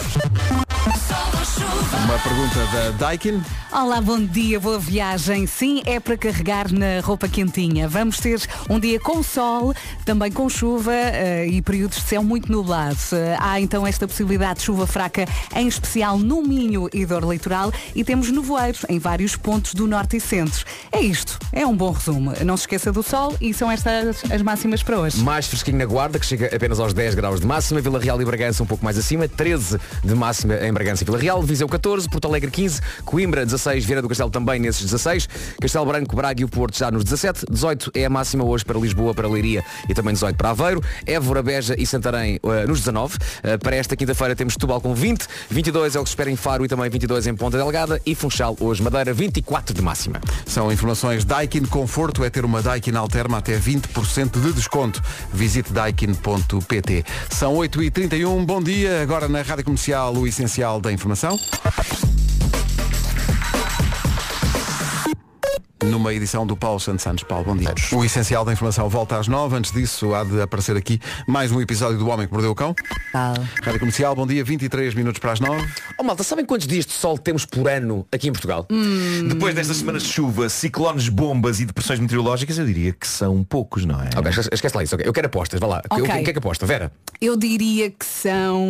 A: Uma pergunta da Daikin.
D: Olá, bom dia, boa viagem. Sim, é para carregar na roupa quentinha. Vamos ter um dia com sol, também com chuva eh, e períodos de céu muito nublado. Eh, há então esta possibilidade de chuva fraca, em especial no Minho e Dor Litoral, e temos nevoeiros em vários pontos do norte e centro. É isto, é um bom resumo. Não se esqueça do sol e são estas as máximas para hoje.
B: Mais fresquinho na Guarda, que chega apenas aos 10 graus de máxima. Vila Real e Bragança um pouco mais acima. 13 de máxima em Bragança e Vila Real. Viseu 14, Porto Alegre 15, Coimbra 16, Vieira do Castelo também nesses 16. Castelo Branco, Braga e o Porto já nos 17. 18 é a máxima hoje para Lisboa, para Leiria e também 18 para Aveiro. Évora, Beja e Santarém eh, nos 19. Eh, para esta quinta-feira temos Setúbal com 20. 22 é o que se espera em Faro e também 22 em Ponta Delgada. E Funchal hoje, Madeira 24 de máxima.
A: São informações Daikin Conforto. É ter uma Daikin Alterma até 20% de desconto. Visite daikin.pt. São 8h31. Bom dia. Agora na Rádio Comercial, o essencial da informação. Numa edição do Paulo Santos Santos. Paulo, bom dia. O essencial da informação volta às 9. Antes disso, há de aparecer aqui mais um episódio do Homem que Mordeu o Cão. Rádio Comercial, bom dia. 23 minutos para as 9.
B: Oh malta, sabem quantos dias de sol temos por ano aqui em Portugal?
L: Depois destas semanas de chuva, ciclones, bombas e depressões meteorológicas, eu diria que são poucos, não é?
B: Ok, esquece- esquece lá isso. ok. Eu quero apostas, vá lá. O que-
D: Ok.
B: O que é que aposta? Vera?
D: Eu diria que são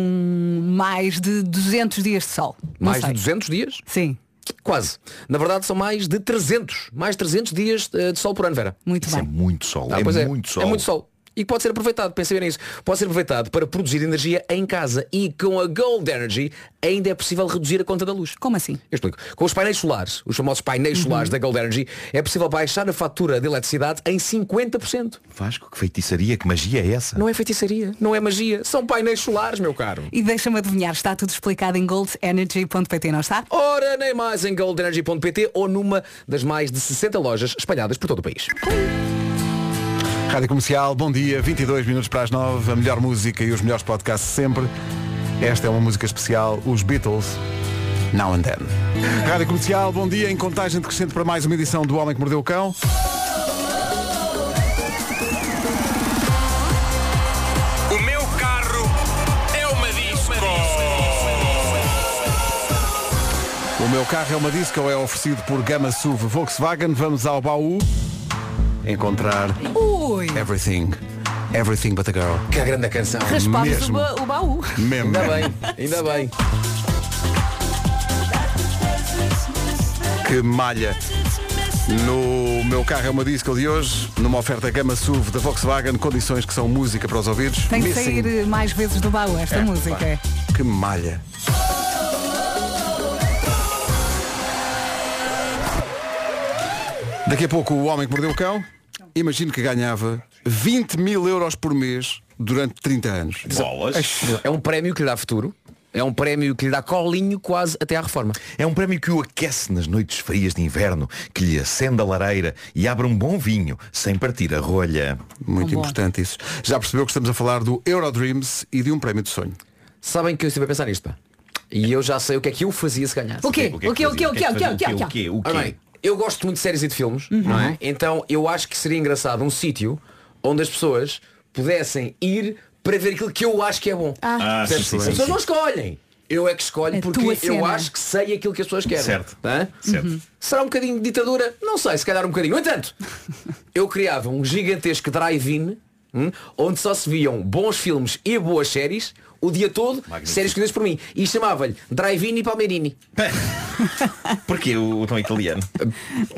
D: mais de 200 dias de sol. Não
B: Mais
D: sei.
B: de 200 dias?
D: Sim,
B: Quase. Na verdade são mais de 300. Mais 300 dias eh, de sol por ano, Vera.
D: muito
L: Isso é
D: bem.
L: muito sol.
B: Ah,
L: é,
B: pois
L: muito sol.
B: É muito sol. E pode ser aproveitado, pensem bem nisso. Pode ser aproveitado para produzir energia em casa e com a Gold Energy ainda é possível reduzir a conta da luz.
D: Como assim?
B: Eu explico. Com os painéis solares, os famosos
L: Uhum.
B: painéis solares da Gold Energy, é possível baixar a fatura de eletricidade em 50%.
L: Vasco, que feitiçaria, que magia é essa?
B: Não é feitiçaria, não é magia. São painéis solares, meu caro.
D: E deixa-me adivinhar, está tudo explicado em goldenergy.pt, não está?
B: Ora, nem mais em goldenergy.pt ou numa das mais de 60 lojas espalhadas por todo o país.
A: Rádio Comercial, bom dia, 22 minutos para as 9, a melhor música e os melhores podcasts sempre. Esta é uma música especial, os Beatles, Now and Then. Rádio Comercial, bom dia, em contagem decrescente para mais uma edição do Homem que Mordeu o Cão.
I: O meu carro é uma disco.
A: O meu carro é uma disco, é oferecido por Gama SUV Volkswagen. Vamos ao baú encontrar
D: Ui!
A: everything. Everything But a Girl.
L: é
B: Que grande canção.
D: Raspámos o,
A: Mesmo.
D: ba- o baú.
A: Mesmo.
B: Ainda bem, ainda bem.
A: Que malha. No meu carro é uma disco de hoje, numa oferta Gama SUV da Volkswagen, condições que são música para os ouvidos.
D: Tem que
A: Missing.
D: sair mais vezes do baú esta
A: É,
D: música.
A: pá, Que malha. Daqui a pouco o homem que mordeu o cão, imagino que ganhava 20 mil euros por mês durante 30 anos.
B: É um prémio que lhe dá futuro. É um prémio que lhe dá colinho quase até à reforma.
L: É um prémio que o aquece nas noites frias de inverno, que lhe acende a lareira e abre um bom vinho, sem partir a rolha.
A: Muito importante isso. Já percebeu que estamos a falar do Eurodreams e de um prémio de sonho.
B: Sabem que eu estive a pensar nisto, pá. E eu já sei o que é que eu fazia se ganhasse.
D: O quê? O quê? O quê? O quê? O quê? O quê? O quê? O quê? O quê? O quê?
B: Ora bem, eu gosto muito de séries e de filmes,
D: Uhum.
B: não é? Então eu acho que seria engraçado um sítio onde as pessoas pudessem ir para ver aquilo que eu acho que é bom.
J: Ah. Ah,
B: Percebes?
J: sim, sim,
B: as
J: sim.
B: pessoas não escolhem. Eu é que escolho
J: É tua
B: porque eu
J: cena. Uhum.
B: acho que sei aquilo que as pessoas querem.
L: Certo.
B: Hã?
L: Certo.
B: Será um bocadinho de ditadura? Não sei, se calhar um bocadinho. No entanto, eu criava um gigantesco drive-in hum, onde só se viam bons filmes e boas séries o dia todo, séries escolhidas por mim. E chamava-lhe Drive-in e Palmeirini.
L: Porquê o tão italiano?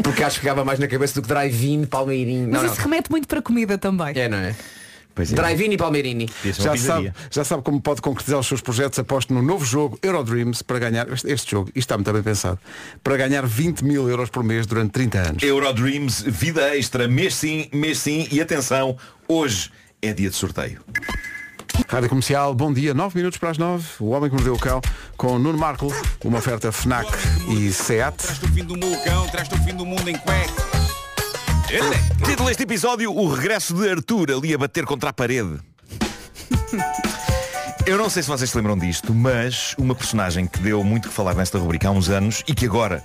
B: Porque acho que ficava mais na cabeça do que Drive-in, Palmeirini.
D: Mas
B: não,
D: isso remete muito para comida também.
B: não. É, não é?
L: é.
B: Drive-in e Palmeirini.
A: Já sabe, já sabe como pode concretizar os seus projetos aposto no novo jogo Eurodreams para ganhar, este, este jogo, isto está muito bem pensado, para ganhar 20 mil euros por mês durante 30 anos.
L: Eurodreams, vida extra, mês sim, mês sim e atenção, hoje é dia de sorteio.
A: Rádio Comercial, bom dia, 9 minutos para as 9, o homem que mordeu o cão, com Nuno Marco, uma oferta FNAC e SEAT.
M: Traz-te o fim do mulcão, traz-te o fim do mundo em cueca.
L: Título deste episódio, o regresso de Arthur ali a bater contra a parede. Eu não sei se vocês se lembram disto, mas uma personagem que deu muito que falar nesta rubrica há uns anos e que agora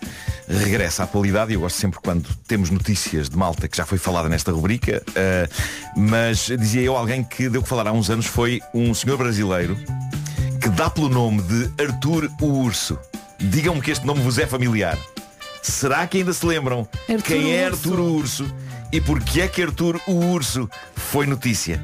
L: regressa à atualidade, e eu gosto sempre quando temos notícias de malta que já foi falada nesta rubrica, ah, mas dizia eu, alguém que deu que falar há uns anos foi um senhor brasileiro que dá pelo nome de Arthur o Urso. Digam-me que este nome vos é familiar. Será que ainda se lembram
J: Arthur
L: quem é
J: o Urso.
L: Arthur o Urso e porque é que Arthur o Urso foi notícia?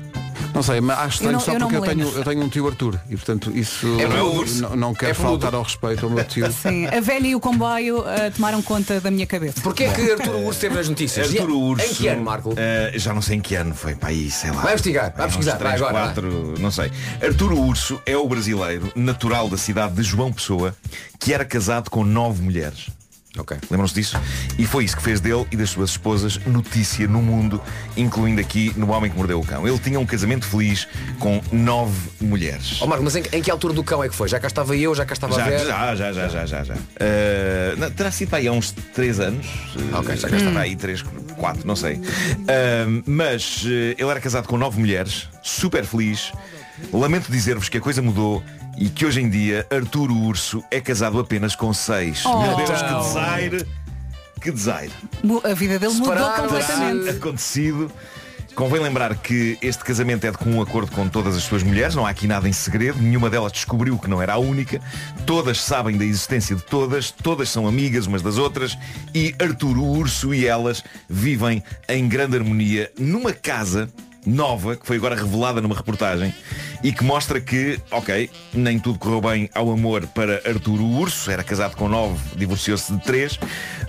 A: Não sei, mas acho
L: Eu
A: estranho
L: não-
A: só
L: eu não
A: porque eu
L: me
A: tenho,
L: lembro.
A: eu tenho um tio Arthur e portanto isso
L: É
A: não-
L: peludo.
A: não, não quero
L: É peludo.
A: faltar ao respeito ao meu tio.
D: Sim, a velha e o comboio ah, tomaram conta da minha cabeça.
B: Porquê é que Arturo Urso teve nas notícias?
L: Arturo
B: E-
L: Urso.
B: Em que ano, Marco?
L: eh, já não sei em que ano foi, para aí, sei lá.
B: Vai investigar, vai
L: Uns
B: pesquisar, vai
L: três,
B: agora, vai.
L: quatro, não sei. Arturo Urso é o brasileiro natural da cidade de João Pessoa que era casado com nove mulheres.
B: Ok.
L: Lembram-se disso? E foi isso que fez dele e das suas esposas notícia no mundo, incluindo aqui no Homem que Mordeu o Cão. Ele tinha um casamento feliz com nove mulheres.
B: Ó Oh, Marco, mas em, em que altura do cão é que foi? Já cá estava eu, já cá estava a
L: já,
B: ver.
L: já, já, já, já, já, já. Uh, não, terá sido para aí há uns 3 anos. Ok, já
B: Hum.
L: estava aí 3, 4, não sei. Uh, mas uh, ele era casado com nove mulheres, super feliz. Lamento dizer-vos que a coisa mudou e que hoje em dia Arturo Urso é casado apenas com seis.
D: Oh.
L: Meu Deus, que
D: Então.
L: desaire! Que desaire!
D: Mu- A vida dele mudou
B: Separado,
D: completamente.
L: terá acontecido. Convém lembrar que este casamento é de comum acordo com todas as suas mulheres, não há aqui nada em segredo, nenhuma delas descobriu que não era a única, todas sabem da existência de todas, todas são amigas umas das outras e Arturo o Urso e elas vivem em grande harmonia numa casa nova, que foi agora revelada numa reportagem e que mostra que, ok, nem tudo correu bem ao amor para Arturo o Urso, era casado com nove, divorciou-se de três,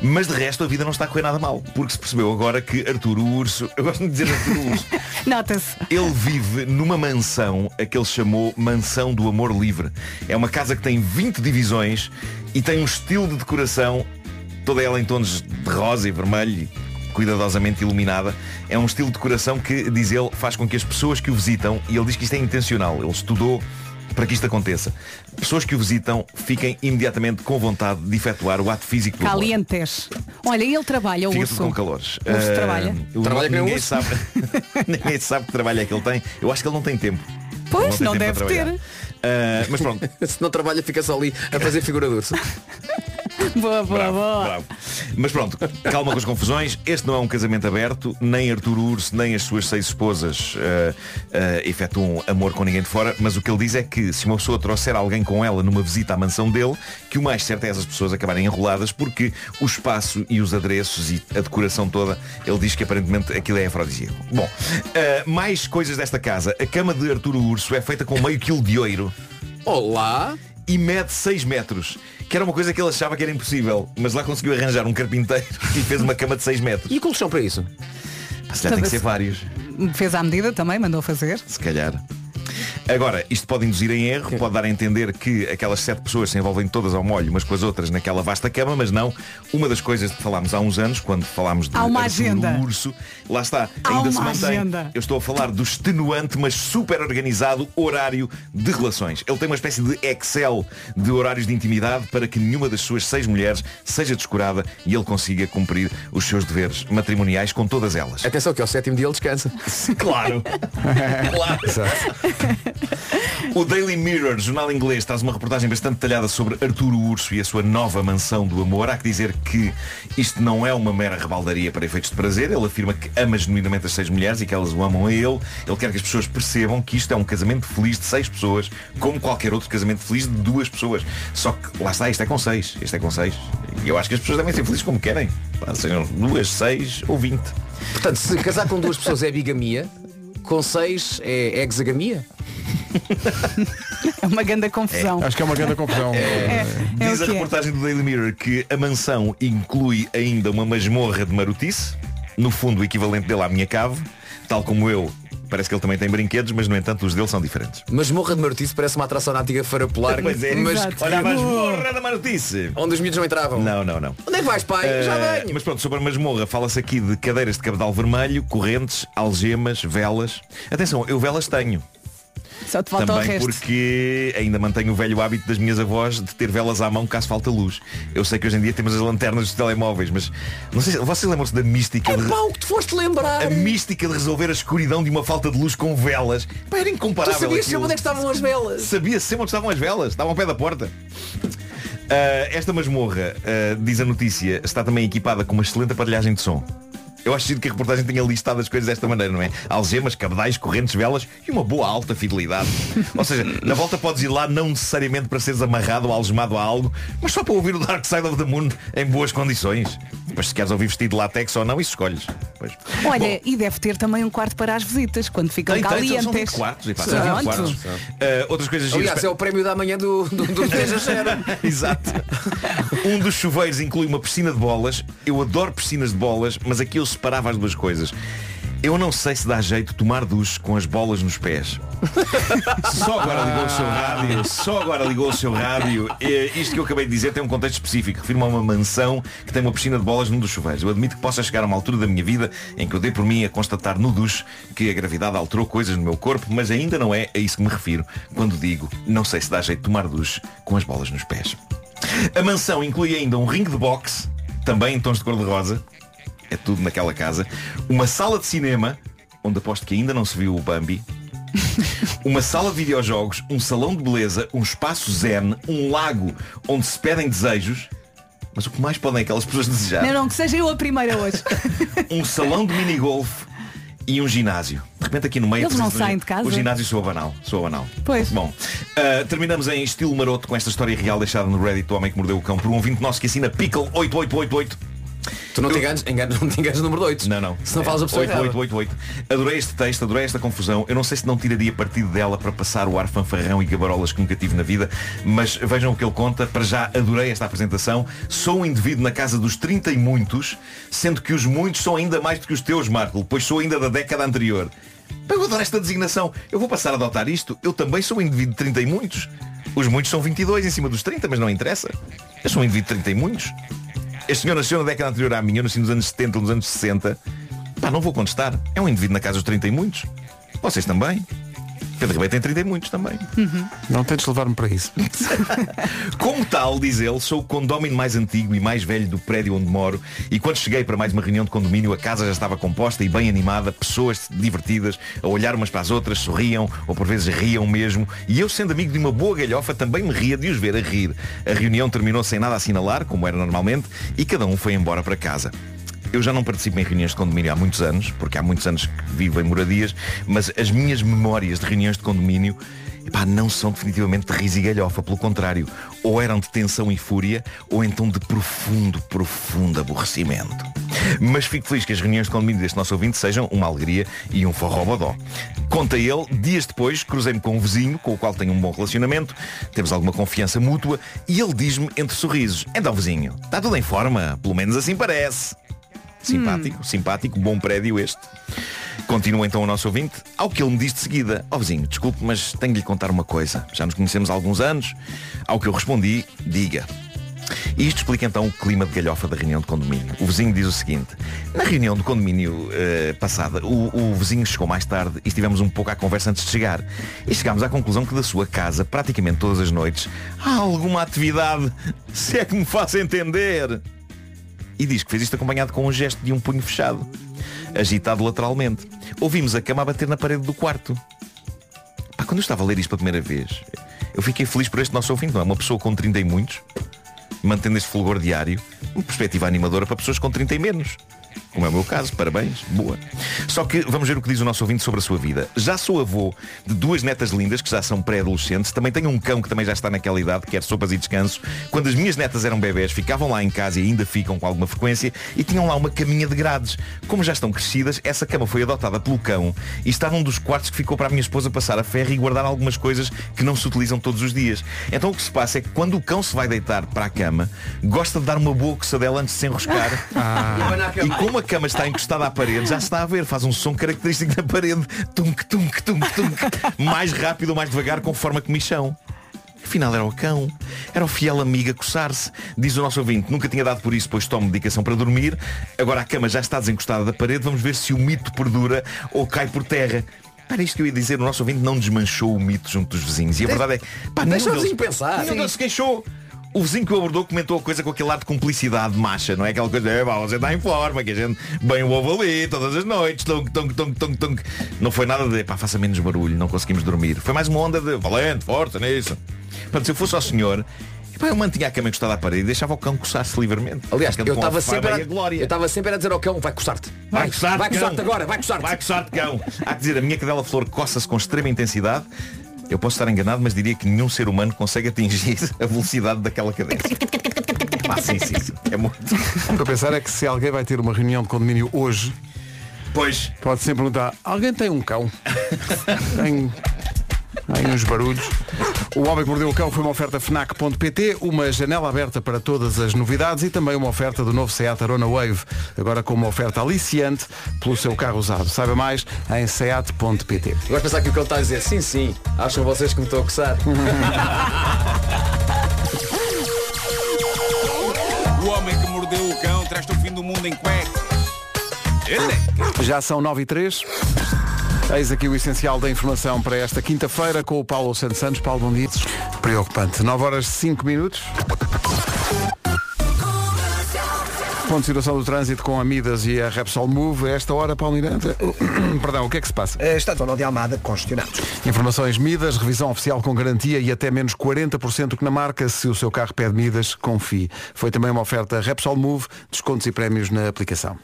L: mas de resto a vida não está a correr nada mal, porque se percebeu agora que Arturo o Urso, eu gosto de dizer Arturo o Urso,
D: Nota-se.
L: ele vive numa mansão, a que ele chamou Mansão do Amor Livre. É uma casa que tem 20 divisões e tem um estilo de decoração, toda ela em tons de rosa e vermelho, e cuidadosamente iluminada. É um estilo de decoração que, diz ele, faz com que as pessoas que o visitam, e ele diz que isto é intencional, ele estudou para que isto aconteça, pessoas que o visitam fiquem imediatamente com vontade de efetuar o ato físico do amor.
D: Calientes. Olha, ele trabalha o
L: Fica
D: urso.
L: tudo com calores.
D: Urso
L: Ah,
D: trabalha.
L: o-
B: Trabalha que nem um
L: ninguém
B: urso.
L: sabe, ninguém sabe que trabalho é que ele tem. Eu acho que ele não tem tempo.
D: Pois,
L: Ele
D: não
L: tem tempo
D: deve
L: para
D: ter.
L: trabalhar. Ah, mas pronto.
B: Se não trabalha, fica só ali a fazer figura de urso.
D: Boa, boa, boa.
L: Bravo. Mas pronto, calma com as confusões. Este não é um casamento aberto. Nem Artur Urso, nem as suas seis esposas eh, eh, efetuam amor com ninguém de fora. Mas o que ele diz é que se uma pessoa trouxer alguém com ela numa visita à mansão dele, que o mais certo é essas pessoas acabarem enroladas porque o espaço e os adereços e a decoração toda, ele diz que aparentemente aquilo é afrodisíaco. Bom, eh, mais coisas desta casa. A cama de Arturo Urso é feita com meio quilo de oiro. Olá! E mede 6 metros, que era uma coisa que ele achava que era impossível, mas lá conseguiu arranjar um carpinteiro e fez uma cama de 6 metros. E colchão para isso? Se calhar tem que ser vários,
D: Fez à medida também, mandou fazer.
L: se calhar. Agora, isto pode induzir em erro, pode dar a entender que aquelas sete pessoas se envolvem todas ao molho umas com as outras naquela vasta cama, mas não. Uma das coisas que falámos há uns anos, quando falámos de
D: Há uma
L: Arturo
D: agenda.
L: urso, lá está,
D: Há
L: ainda
D: uma
L: se mantém.
D: agenda.
L: Eu estou a falar do extenuante, mas super organizado horário de relações. Ele tem uma espécie de Excel de horários de intimidade para que nenhuma das suas seis mulheres seja descurada e ele consiga cumprir os seus deveres matrimoniais com todas elas.
B: Atenção que é. ao sétimo dia ele descansa.
L: Claro. Claro. O Daily Mirror, jornal inglês, traz uma reportagem bastante detalhada sobre Arturo Urso e a sua nova mansão do amor. Há que dizer que isto não é uma mera rebaldaria para efeitos de prazer. Ele afirma que ama genuinamente as seis mulheres e que elas o amam a ele. Ele quer que as pessoas percebam que isto é um casamento feliz de seis pessoas, como qualquer outro casamento feliz de duas pessoas. Só que lá está, isto é com seis. Este é com seis. E eu acho que as pessoas devem ser felizes como querem. Pá, Sejam duas, seis ou vinte.
B: Portanto, se casar com duas pessoas é bigamia, com seis é hexagamia.
D: É uma grande confusão. É, é
L: Diz
D: o
L: a
D: que é.
L: reportagem do Daily Mirror que a mansão inclui ainda uma masmorra de marotice, no fundo o equivalente dele à minha cave, tal como eu. Parece que ele também tem brinquedos, mas no entanto os dele são diferentes.
B: Mas morra de marotice parece uma atração na antiga farapolar.
L: Pois é,
B: mas
L: Exato. olha a masmorra da marotice.
B: Onde os miúdos não entravam.
L: Não, não, não.
B: Onde é que vais, pai? Já
L: Eh,
B: venho.
L: Mas pronto, sobre a masmorra fala-se aqui de cadeiras de cabedal vermelho, correntes, algemas, velas. Atenção, eu velas tenho.
D: Só te falta o
L: Também
D: resto.
L: porque ainda mantenho o velho hábito das minhas avós de ter velas à mão caso falta luz. Eu sei que hoje em dia temos as lanternas dos telemóveis, mas não sei se vocês lembram-se da mística de...
B: Pau, É que te foste lembrar.
L: A mística de resolver a escuridão de uma falta de luz com velas. Pá, era
B: Tu
L: incomparável.
B: sabias
L: aquilo.
B: sempre onde é que estavam as velas?
L: Sabia sempre onde estavam as velas, estavam ao pé da porta. Ah, esta masmorra, ah, diz a notícia, está também equipada com uma excelente aparelhagem de som. Eu acho giro que a reportagem tenha listado as coisas desta maneira, não é? Algemas, cabedais, correntes, velas e uma boa alta fidelidade. Ou seja, na volta podes ir lá não necessariamente para seres amarrado ou algemado a algo, mas só para ouvir o Dark Side of the Moon em boas condições. Mas se queres ouvir vestido de látex ou não, isso escolhes. Pois.
D: Olha, e deve ter também um quarto para as visitas, quando ficam
L: Tem, tem, são-
D: calientes.
L: são 20 quartos, e pá, são
D: Pronto.
L: 20 quartos. Ah, outras coisas giras.
B: Aliás, é o prémio da manhã do, do, do 10 a 0.
L: Exato. Um dos chuveiros inclui uma piscina de bolas. Eu adoro piscinas de bolas, mas aqui eu separava as duas coisas. Eu não sei se dá jeito tomar duche com as bolas nos pés. Só agora ligou o seu rádio, só agora ligou o seu rádio. Eh, isto que eu acabei de dizer tem um contexto específico. Refirma a uma mansão que tem uma piscina de bolas num dos chuveiros. Eu admito que possa chegar a uma altura da minha vida em que eu dei por mim a constatar no duche que a gravidade alterou coisas no meu corpo, mas ainda não é a isso que me refiro quando digo não sei se dá jeito de tomar duche com as bolas nos pés. A mansão inclui ainda um ringue de boxe, também em tons de cor-de-rosa. É tudo naquela casa. Uma sala de cinema, onde aposto que ainda não se viu o Bambi. Uma sala de videojogos, um salão de beleza, um espaço zen, um lago onde se pedem desejos. Mas o que mais podem aquelas pessoas desejar?
D: Não, não, que seja eu a primeira hoje.
L: Um salão de minigolf e um ginásio. De repente aqui no meio...
D: Eles não
L: apresenta-se um
D: saem
L: gi-
D: de casa.
L: O ginásio soa banal. Soa banal.
D: Pois.
L: Bom, ah, terminamos em estilo maroto com esta história real deixada no Reddit do Homem que Mordeu o Cão por um ouvinte nosso que assina Pickle 8888.
B: Tu não te enganes, enganes, não te enganes no número 8.
L: Não, não.
B: Se não falas a pessoa
L: 8,
B: errada.
L: 8, 8, 8. Adorei este texto, adorei esta confusão. Eu não sei se não tiraria partido dela para passar o ar fanfarrão e gabarolas que nunca tive na vida, mas vejam o que ele conta. Para já adorei esta apresentação. Sou um indivíduo na casa dos 30 e muitos, sendo que os muitos são ainda mais do que os teus, Marco, pois sou ainda da década anterior. Pá, Eu adoro esta designação. Eu vou passar a adotar isto. Eu também sou um indivíduo de 30 e muitos. Os muitos são 22 em cima dos 30, mas não interessa. Eu sou um indivíduo de 30 e muitos. Este senhor nasceu na década anterior à minha, eu nasci nos anos 70, nos anos 60. Pá, não vou contestar. É um indivíduo na casa dos 30 e muitos. Vocês também. Pedro Ribeiro tem 30 e muitos também.
D: Uhum.
A: Não tentes levar-me para isso.
L: Como tal, diz ele, sou o condómino mais antigo e mais velho do prédio onde moro e quando cheguei para mais uma reunião de condomínio a casa já estava composta e bem animada, pessoas divertidas, a olhar umas para as outras, sorriam ou por vezes riam mesmo e eu sendo amigo de uma boa galhofa também me ria de os ver a rir. A reunião terminou sem nada a assinalar, como era normalmente, e cada um foi embora para casa. Eu já não participo em reuniões de condomínio há muitos anos, porque há muitos anos que vivo em moradias, mas as minhas memórias de reuniões de condomínio epá, não são definitivamente de riso e galhofa, pelo contrário, ou eram de tensão e fúria, ou então de profundo, profundo aborrecimento. Mas fico feliz que as reuniões de condomínio deste nosso ouvinte sejam uma alegria e um forrobodó. Conta ele, dias depois, cruzei-me com um vizinho, com o qual tenho um bom relacionamento, temos alguma confiança mútua, e ele diz-me entre sorrisos, então vizinho, está tudo em forma, pelo menos assim parece. Simpático, simpático, bom prédio este. Continua então o nosso ouvinte, ao que ele me diz de seguida, ó vizinho, desculpe, mas tenho de lhe contar uma coisa. Já nos conhecemos há alguns anos. Ao que eu respondi, diga. E isto explica então o clima de galhofa da reunião de condomínio. O vizinho diz o seguinte, na reunião do condomínio eh, passada, o, o vizinho chegou mais tarde e estivemos um pouco à conversa antes de chegar. E chegámos à conclusão que da sua casa, praticamente todas as noites, há alguma atividade, se é que me faço entender e diz que fez isto acompanhado com um gesto de um punho fechado, agitado lateralmente. Ouvimos a cama a bater na parede do quarto. Pá, quando eu estava a ler isto pela primeira vez, eu fiquei feliz por este nosso ouvinte, não é? Uma pessoa com 30 e muitos, mantendo este fulgor diário, uma perspectiva animadora para pessoas com 30 e menos. Como é o meu caso, parabéns, boa. Só que vamos ver o que diz o nosso ouvinte sobre a sua vida. Já sou avô de duas netas lindas que já são pré-adolescentes, também tenho um cão que também já está naquela idade, quer sopas e descanso. Quando as minhas netas eram bebés, ficavam lá em casa e ainda ficam com alguma frequência e tinham lá uma caminha de grades. Como já estão crescidas, essa cama foi adotada pelo cão e está num dos quartos que ficou para a minha esposa passar a ferro e guardar algumas coisas que não se utilizam todos os dias. Então o que se passa é que quando o cão se vai deitar para a cama, gosta de dar uma boa coçadela antes de se enroscar. E como a cama está encostada à parede, já se está a ver, faz um som característico da parede, tunk, tunk, tunk, tunk, mais rápido ou mais devagar, conforme a comichão. Afinal era o cão, era o fiel amigo a coçar-se. Diz o nosso ouvinte, nunca tinha dado por isso, pois tomo medicação para dormir. Agora a cama já está desencostada da parede, vamos ver se o mito perdura ou cai por terra. Era isto que eu ia dizer, o nosso ouvinte não desmanchou o mito junto dos vizinhos. E a verdade é, pá,
B: Deixa o
L: nenhum
B: vizinho
L: deles-
B: pensar.
L: nenhum
B: Sim.
L: deles se queixou. O vizinho que o abordou comentou a coisa com aquele ar de cumplicidade macha, não é aquela coisa, é, pá, você está em forma, que a gente bem o ovo ali todas as noites, tunk, tunk, tunk, tunk, tunk. Não foi nada de, pá, faça menos barulho, não conseguimos dormir. Foi mais uma onda de valente, forte, nisso. Portanto, se eu fosse ao senhor, pá, eu mantinha a cama encostada à parede e deixava o cão coçar-se livremente.
B: Aliás,
L: Ficando
B: eu
L: com
B: estava
L: a fama
B: sempre,
L: e
B: a-
L: a glória.
B: eu estava sempre a dizer ao cão, vai coçar-te.
L: Vai coçar-te,
B: Vai coçar-te
L: cão.
B: agora, vai coçar-te.
L: Vai coçar-te, cão. Há que dizer, a minha cadela flor coça-se com extrema intensidade. Eu posso estar enganado, mas diria que nenhum ser humano consegue atingir a velocidade daquela cadência. Pá, sim, sim, sim. É muito.
A: O que eu pensar é que se alguém vai ter uma reunião de condomínio hoje,
L: pois
A: pode sempre perguntar, alguém tem um cão? tem... Aí uns barulhos. O Homem que Mordeu o Cão foi uma oferta FNAC.pt, uma janela aberta para todas as novidades e também uma oferta do novo Seat Arona Wave, agora com uma oferta aliciante pelo seu carro usado. Saiba mais em seat.pt.
B: Eu gosto de pensar que o cão está a dizer, sim, sim, acham vocês que me estou a coçar.
M: O homem que mordeu o cão traz-te o fim do mundo em é cueca.
A: Já são 9 e 3. Eis aqui o essencial da informação para esta quinta-feira com o Paulo Santos Santos. Paulo, bom dia. Preocupante. 9 horas 5 minutos. Ponto de situação do trânsito com a Midas e a Repsol Move. A esta hora, Paulo Miranda. Perdão, o que é que se passa?
C: Está Tonal de Almada congestionado.
A: Informações Midas, revisão oficial com garantia e até menos 40% que na marca. Se o seu carro pede Midas, confie. Foi também uma oferta Repsol Move, descontos e prémios na aplicação.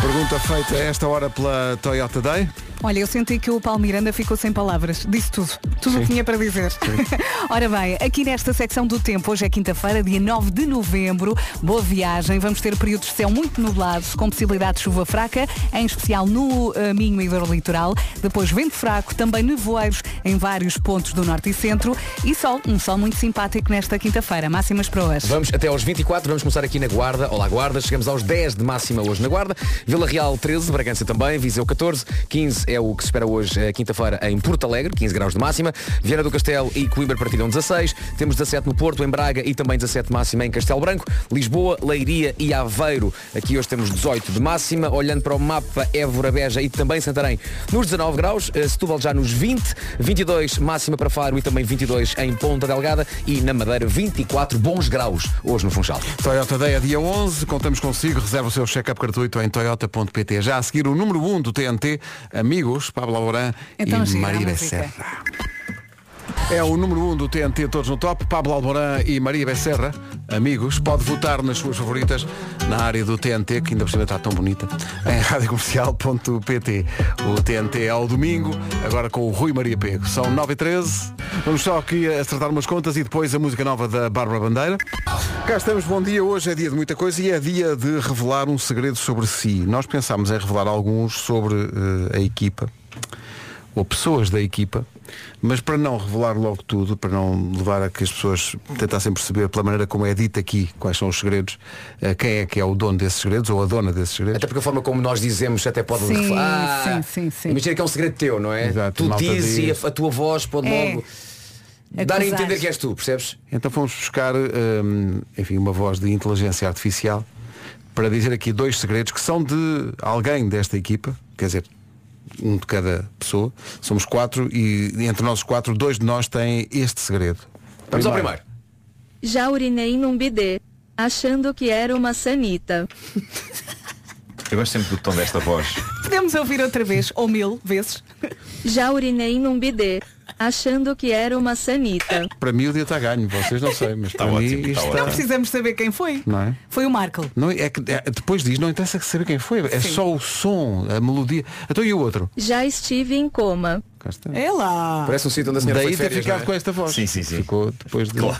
A: Pergunta feita a esta hora pela Toyota Day.
D: Olha, eu senti que o Paulo Miranda ficou sem palavras. Disse tudo. Tudo o que
A: Sim.
D: tinha para dizer. Ora bem, aqui nesta secção do tempo, hoje é quinta-feira, dia 9 de novembro. Boa viagem. Vamos ter períodos de céu muito nublados, com possibilidade de chuva fraca, em especial no eh, Minho e do litoral. Depois vento fraco, também nevoeiros em vários pontos do norte e centro. E sol, um sol muito simpático nesta quinta-feira. Máximas para hoje.
B: Vamos até aos 24, vamos começar aqui na Guarda. Olá Guarda, chegamos aos 10 de máxima hoje na Guarda. Vila Real 13, Bragança também, Viseu 14, 15 é o que se espera hoje, eh, quinta-feira, em Porto Alegre, 15 graus de máxima. Viana do Castelo e Coimbra partilham 16. Temos 17 no Porto, em Braga e também 17 de máxima em Castelo Branco. Lisboa, Leiria e Aveiro. Aqui hoje temos 18 de máxima. Olhando para o mapa, Évora, Beja e também Santarém nos 19 graus. Eh, Setúbal já nos 20. 22 máxima para Faro e também 22 em Ponta Delgada. E na Madeira, 24 bons graus hoje no Funchal.
A: Toyota Day é dia 11, contamos consigo, reserva o seu check-up gratuito em toyota.pt. Já a seguir o número 1 do TNT, amigos, Pablo Alborã
D: Então
A: e
D: chega a
A: Maria
D: música.
A: Serra. É o número 1 do TNT Todos no Top, Pablo Alborã e Maria Becerra, amigos, pode votar nas suas favoritas na área do TNT, que ainda por cima está tão bonita, em radiocomercial.pt. O TNT é ao domingo, agora com o Rui Maria Pego. São 9 e 13 vamos só aqui acertar umas contas e depois a música nova da Bárbara Bandeira. Cá estamos, bom dia, hoje é dia de muita coisa e é dia de revelar um segredo sobre si. Nós pensámos em revelar alguns sobre eh, a equipa ou pessoas da equipa, mas para não revelar logo tudo, para não levar a que as pessoas tentassem perceber pela maneira como é dito aqui quais são os segredos, eh, quem é que é o dono desses segredos ou a dona desses segredos.
B: Até porque a forma como nós dizemos até pode
D: Sim,
B: revelar. Ah,
D: sim, sim, sim.
B: Imagina que é um segredo teu, não é?
A: Exato,
B: tu
A: malta
B: dizes
A: diz.
B: e a, a tua voz pode
D: É.
B: logo dar a
D: Acusar.
B: entender que és tu, percebes?
A: Então fomos buscar, hum, enfim, uma voz de inteligência artificial para dizer aqui dois segredos que são de alguém desta equipa, quer dizer, um de cada pessoa. Somos quatro e entre nós quatro, dois de nós têm este segredo.
B: Vamos ao primeiro.
N: Já urinei num bidê, achando que era uma sanita.
L: Eu gosto sempre do tom desta voz.
D: Podemos ouvir outra vez, ou mil vezes.
N: Já urinei num bidê, achando que era uma sanita.
A: Para mim o dia está ganho, vocês não sei, mas para mim isto está...
D: Não precisamos saber quem foi.
A: Não é?
D: Foi o Marco.
A: Não, é que, é- depois diz, não interessa saber quem foi, é
D: Sim.
A: só o som, a melodia. Então e o outro?
N: Já estive em coma.
D: É lá.
A: Parece um sítio onde a senhora Daí foi de ter férias, ficado não é? com esta voz.
L: Sim, sim, sim.
A: Ficou depois de. Claro.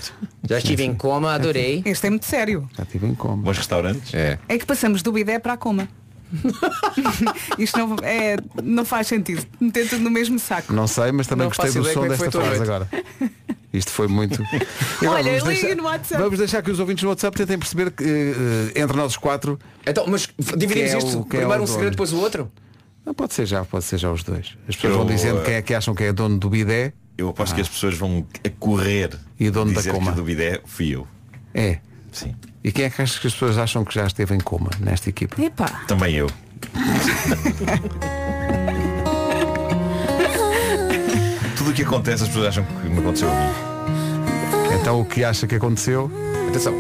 B: Já estive em coma, adorei.
D: Este é muito sério.
A: Já estive em coma.
L: Bons restaurantes?
B: É.
D: É que passamos do bidé para a coma. Isto não, é, não faz sentido. Meter tudo no mesmo saco.
A: Não sei, mas também
D: Não
A: gostei
D: faço
A: do
D: ideia
A: som
D: como é que foi
A: desta
D: a tua
A: frase
D: noite.
A: agora. Isto foi muito. E agora
D: Olha,
A: vamos,
D: liga
A: deixar,
D: no WhatsApp.
A: vamos deixar que os ouvintes no WhatsApp tentem perceber que eh, entre nós os quatro.
B: Então, mas dividimos
A: quem é
B: isto?
A: o- quem é
B: Primeiro
A: o
B: um segredo,
A: dono.
B: depois o outro?
A: Não pode ser já, pode ser já os dois. As pessoas
L: Eu,
A: vão dizendo
L: eh,
A: quem é que acham que é dono do bidé.
L: Eu aposto que as pessoas vão a correr
A: E dono da
L: dizer
A: coma.
L: que do bidé fui eu.
A: É.
L: Sim.
A: E quem é que achas que as pessoas acham que já esteve em coma nesta equipa?
D: Epá.
L: Também eu. Tudo o que acontece as pessoas acham que me aconteceu a mim.
A: Então o que acha que aconteceu?
B: Atenção.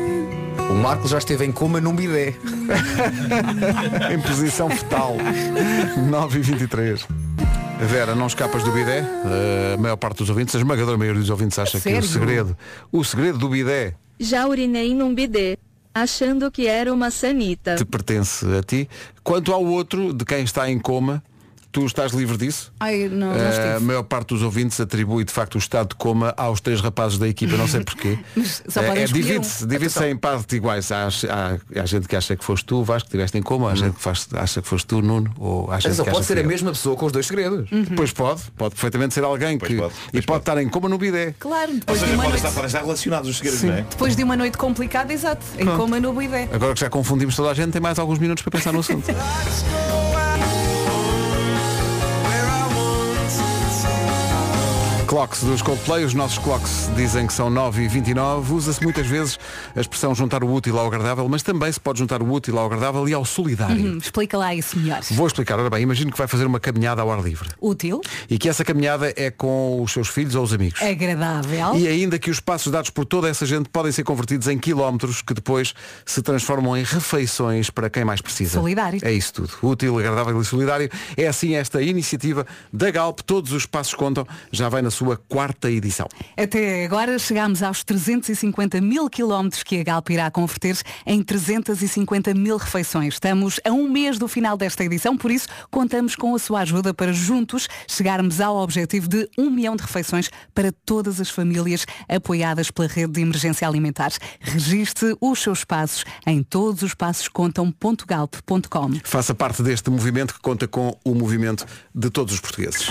B: O Marco já esteve em coma num bidé.
A: em posição fetal. 9 e 23. Vera, não escapas do bidé. Uh, a maior parte dos ouvintes, a esmagadora maioria dos ouvintes acha que o
N: Sério?
A: segredo, o segredo do bidé
N: Já urinei num bidê, achando que era uma sanita.
A: te pertence a ti. Quanto ao outro, de quem está em coma, tu estás livre disso?
D: Ai, não, não
A: Uh,
D: estive.
A: a maior parte dos ouvintes atribui de facto o estado de coma aos três rapazes da equipa, não sei porquê.
D: Mas só
A: É,
D: podem
A: é,
D: escolher
A: divide-se
D: um.
A: divide em partes iguais. Há, há- há gente que acha que foste tu, Vasco, que estiveste em coma, há gente que faz- acha que foste tu, Nuno, ou há gente
B: Atenção,
A: que
B: Uhum. pode
A: acha
B: ser
A: que é.
B: a
A: eu.
B: mesma pessoa com os dois segredos.
D: Uhum.
A: Pois pode, pode perfeitamente ser alguém que. e pode, estar em coma no bidé.
D: Claro,
L: Ou
D: depois de
L: seja,
D: uma
L: podem
D: noite.
L: estar, podem estar relacionados os segredos,
A: Sim.
L: não é?
D: Depois de uma noite complicada, exato. Em coma no bidé.
A: Agora que já confundimos toda a gente, tem mais alguns minutos para pensar no assunto. Clocks dos Coldplay, os nossos clocks dizem que são 9 e 29 Usa-se muitas vezes a expressão juntar o útil ao agradável, mas também se pode juntar o útil ao agradável e ao solidário.
D: Uhum, explica lá isso melhor.
A: Vou explicar, ora bem, imagino que vai fazer uma caminhada ao ar livre
D: Útil,
A: e que essa caminhada é com os seus filhos ou os amigos.
D: É agradável.
A: E ainda que os passos dados por toda essa gente podem ser convertidos em quilómetros que depois se transformam em refeições para quem mais precisa.
D: Solidário.
A: É isso tudo. Útil, agradável e solidário. É assim esta iniciativa da Galp. Todos os passos contam. Já vai na sua quarta edição.
D: Até agora chegámos aos 350 mil quilómetros que a Galp irá converter em 350 mil refeições. Estamos a um mês do final desta edição, por isso contamos com a sua ajuda para juntos chegarmos ao objetivo de um milhão de refeições para todas as famílias apoiadas pela rede de emergência alimentar. Registe os seus passos em todos os passos contam.galp.com.
A: Faça parte deste movimento que conta com o movimento de todos os portugueses.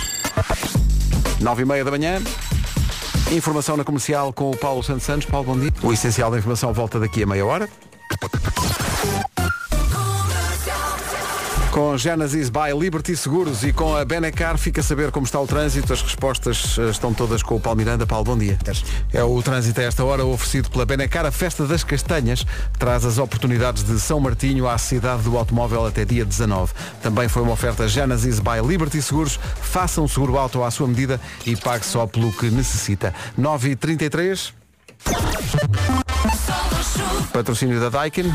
A: Nove e meia da manhã. Informação na comercial com o Paulo Santos Santos. Paulo, bom dia. O essencial da informação volta daqui a meia hora. Com Genesis by Liberty Seguros e com a Benecar fica a saber como está o trânsito. As respostas eh, estão todas com o Paulo Miranda. Paulo, bom dia. É o trânsito a esta hora oferecido pela Benecar. A Festa das Castanhas traz as oportunidades de São Martinho à cidade do automóvel até dia 19. Também foi uma oferta Genesis by Liberty Seguros. Faça um seguro auto à sua medida e pague só pelo que necessita. 9h33, patrocínio da Daikin.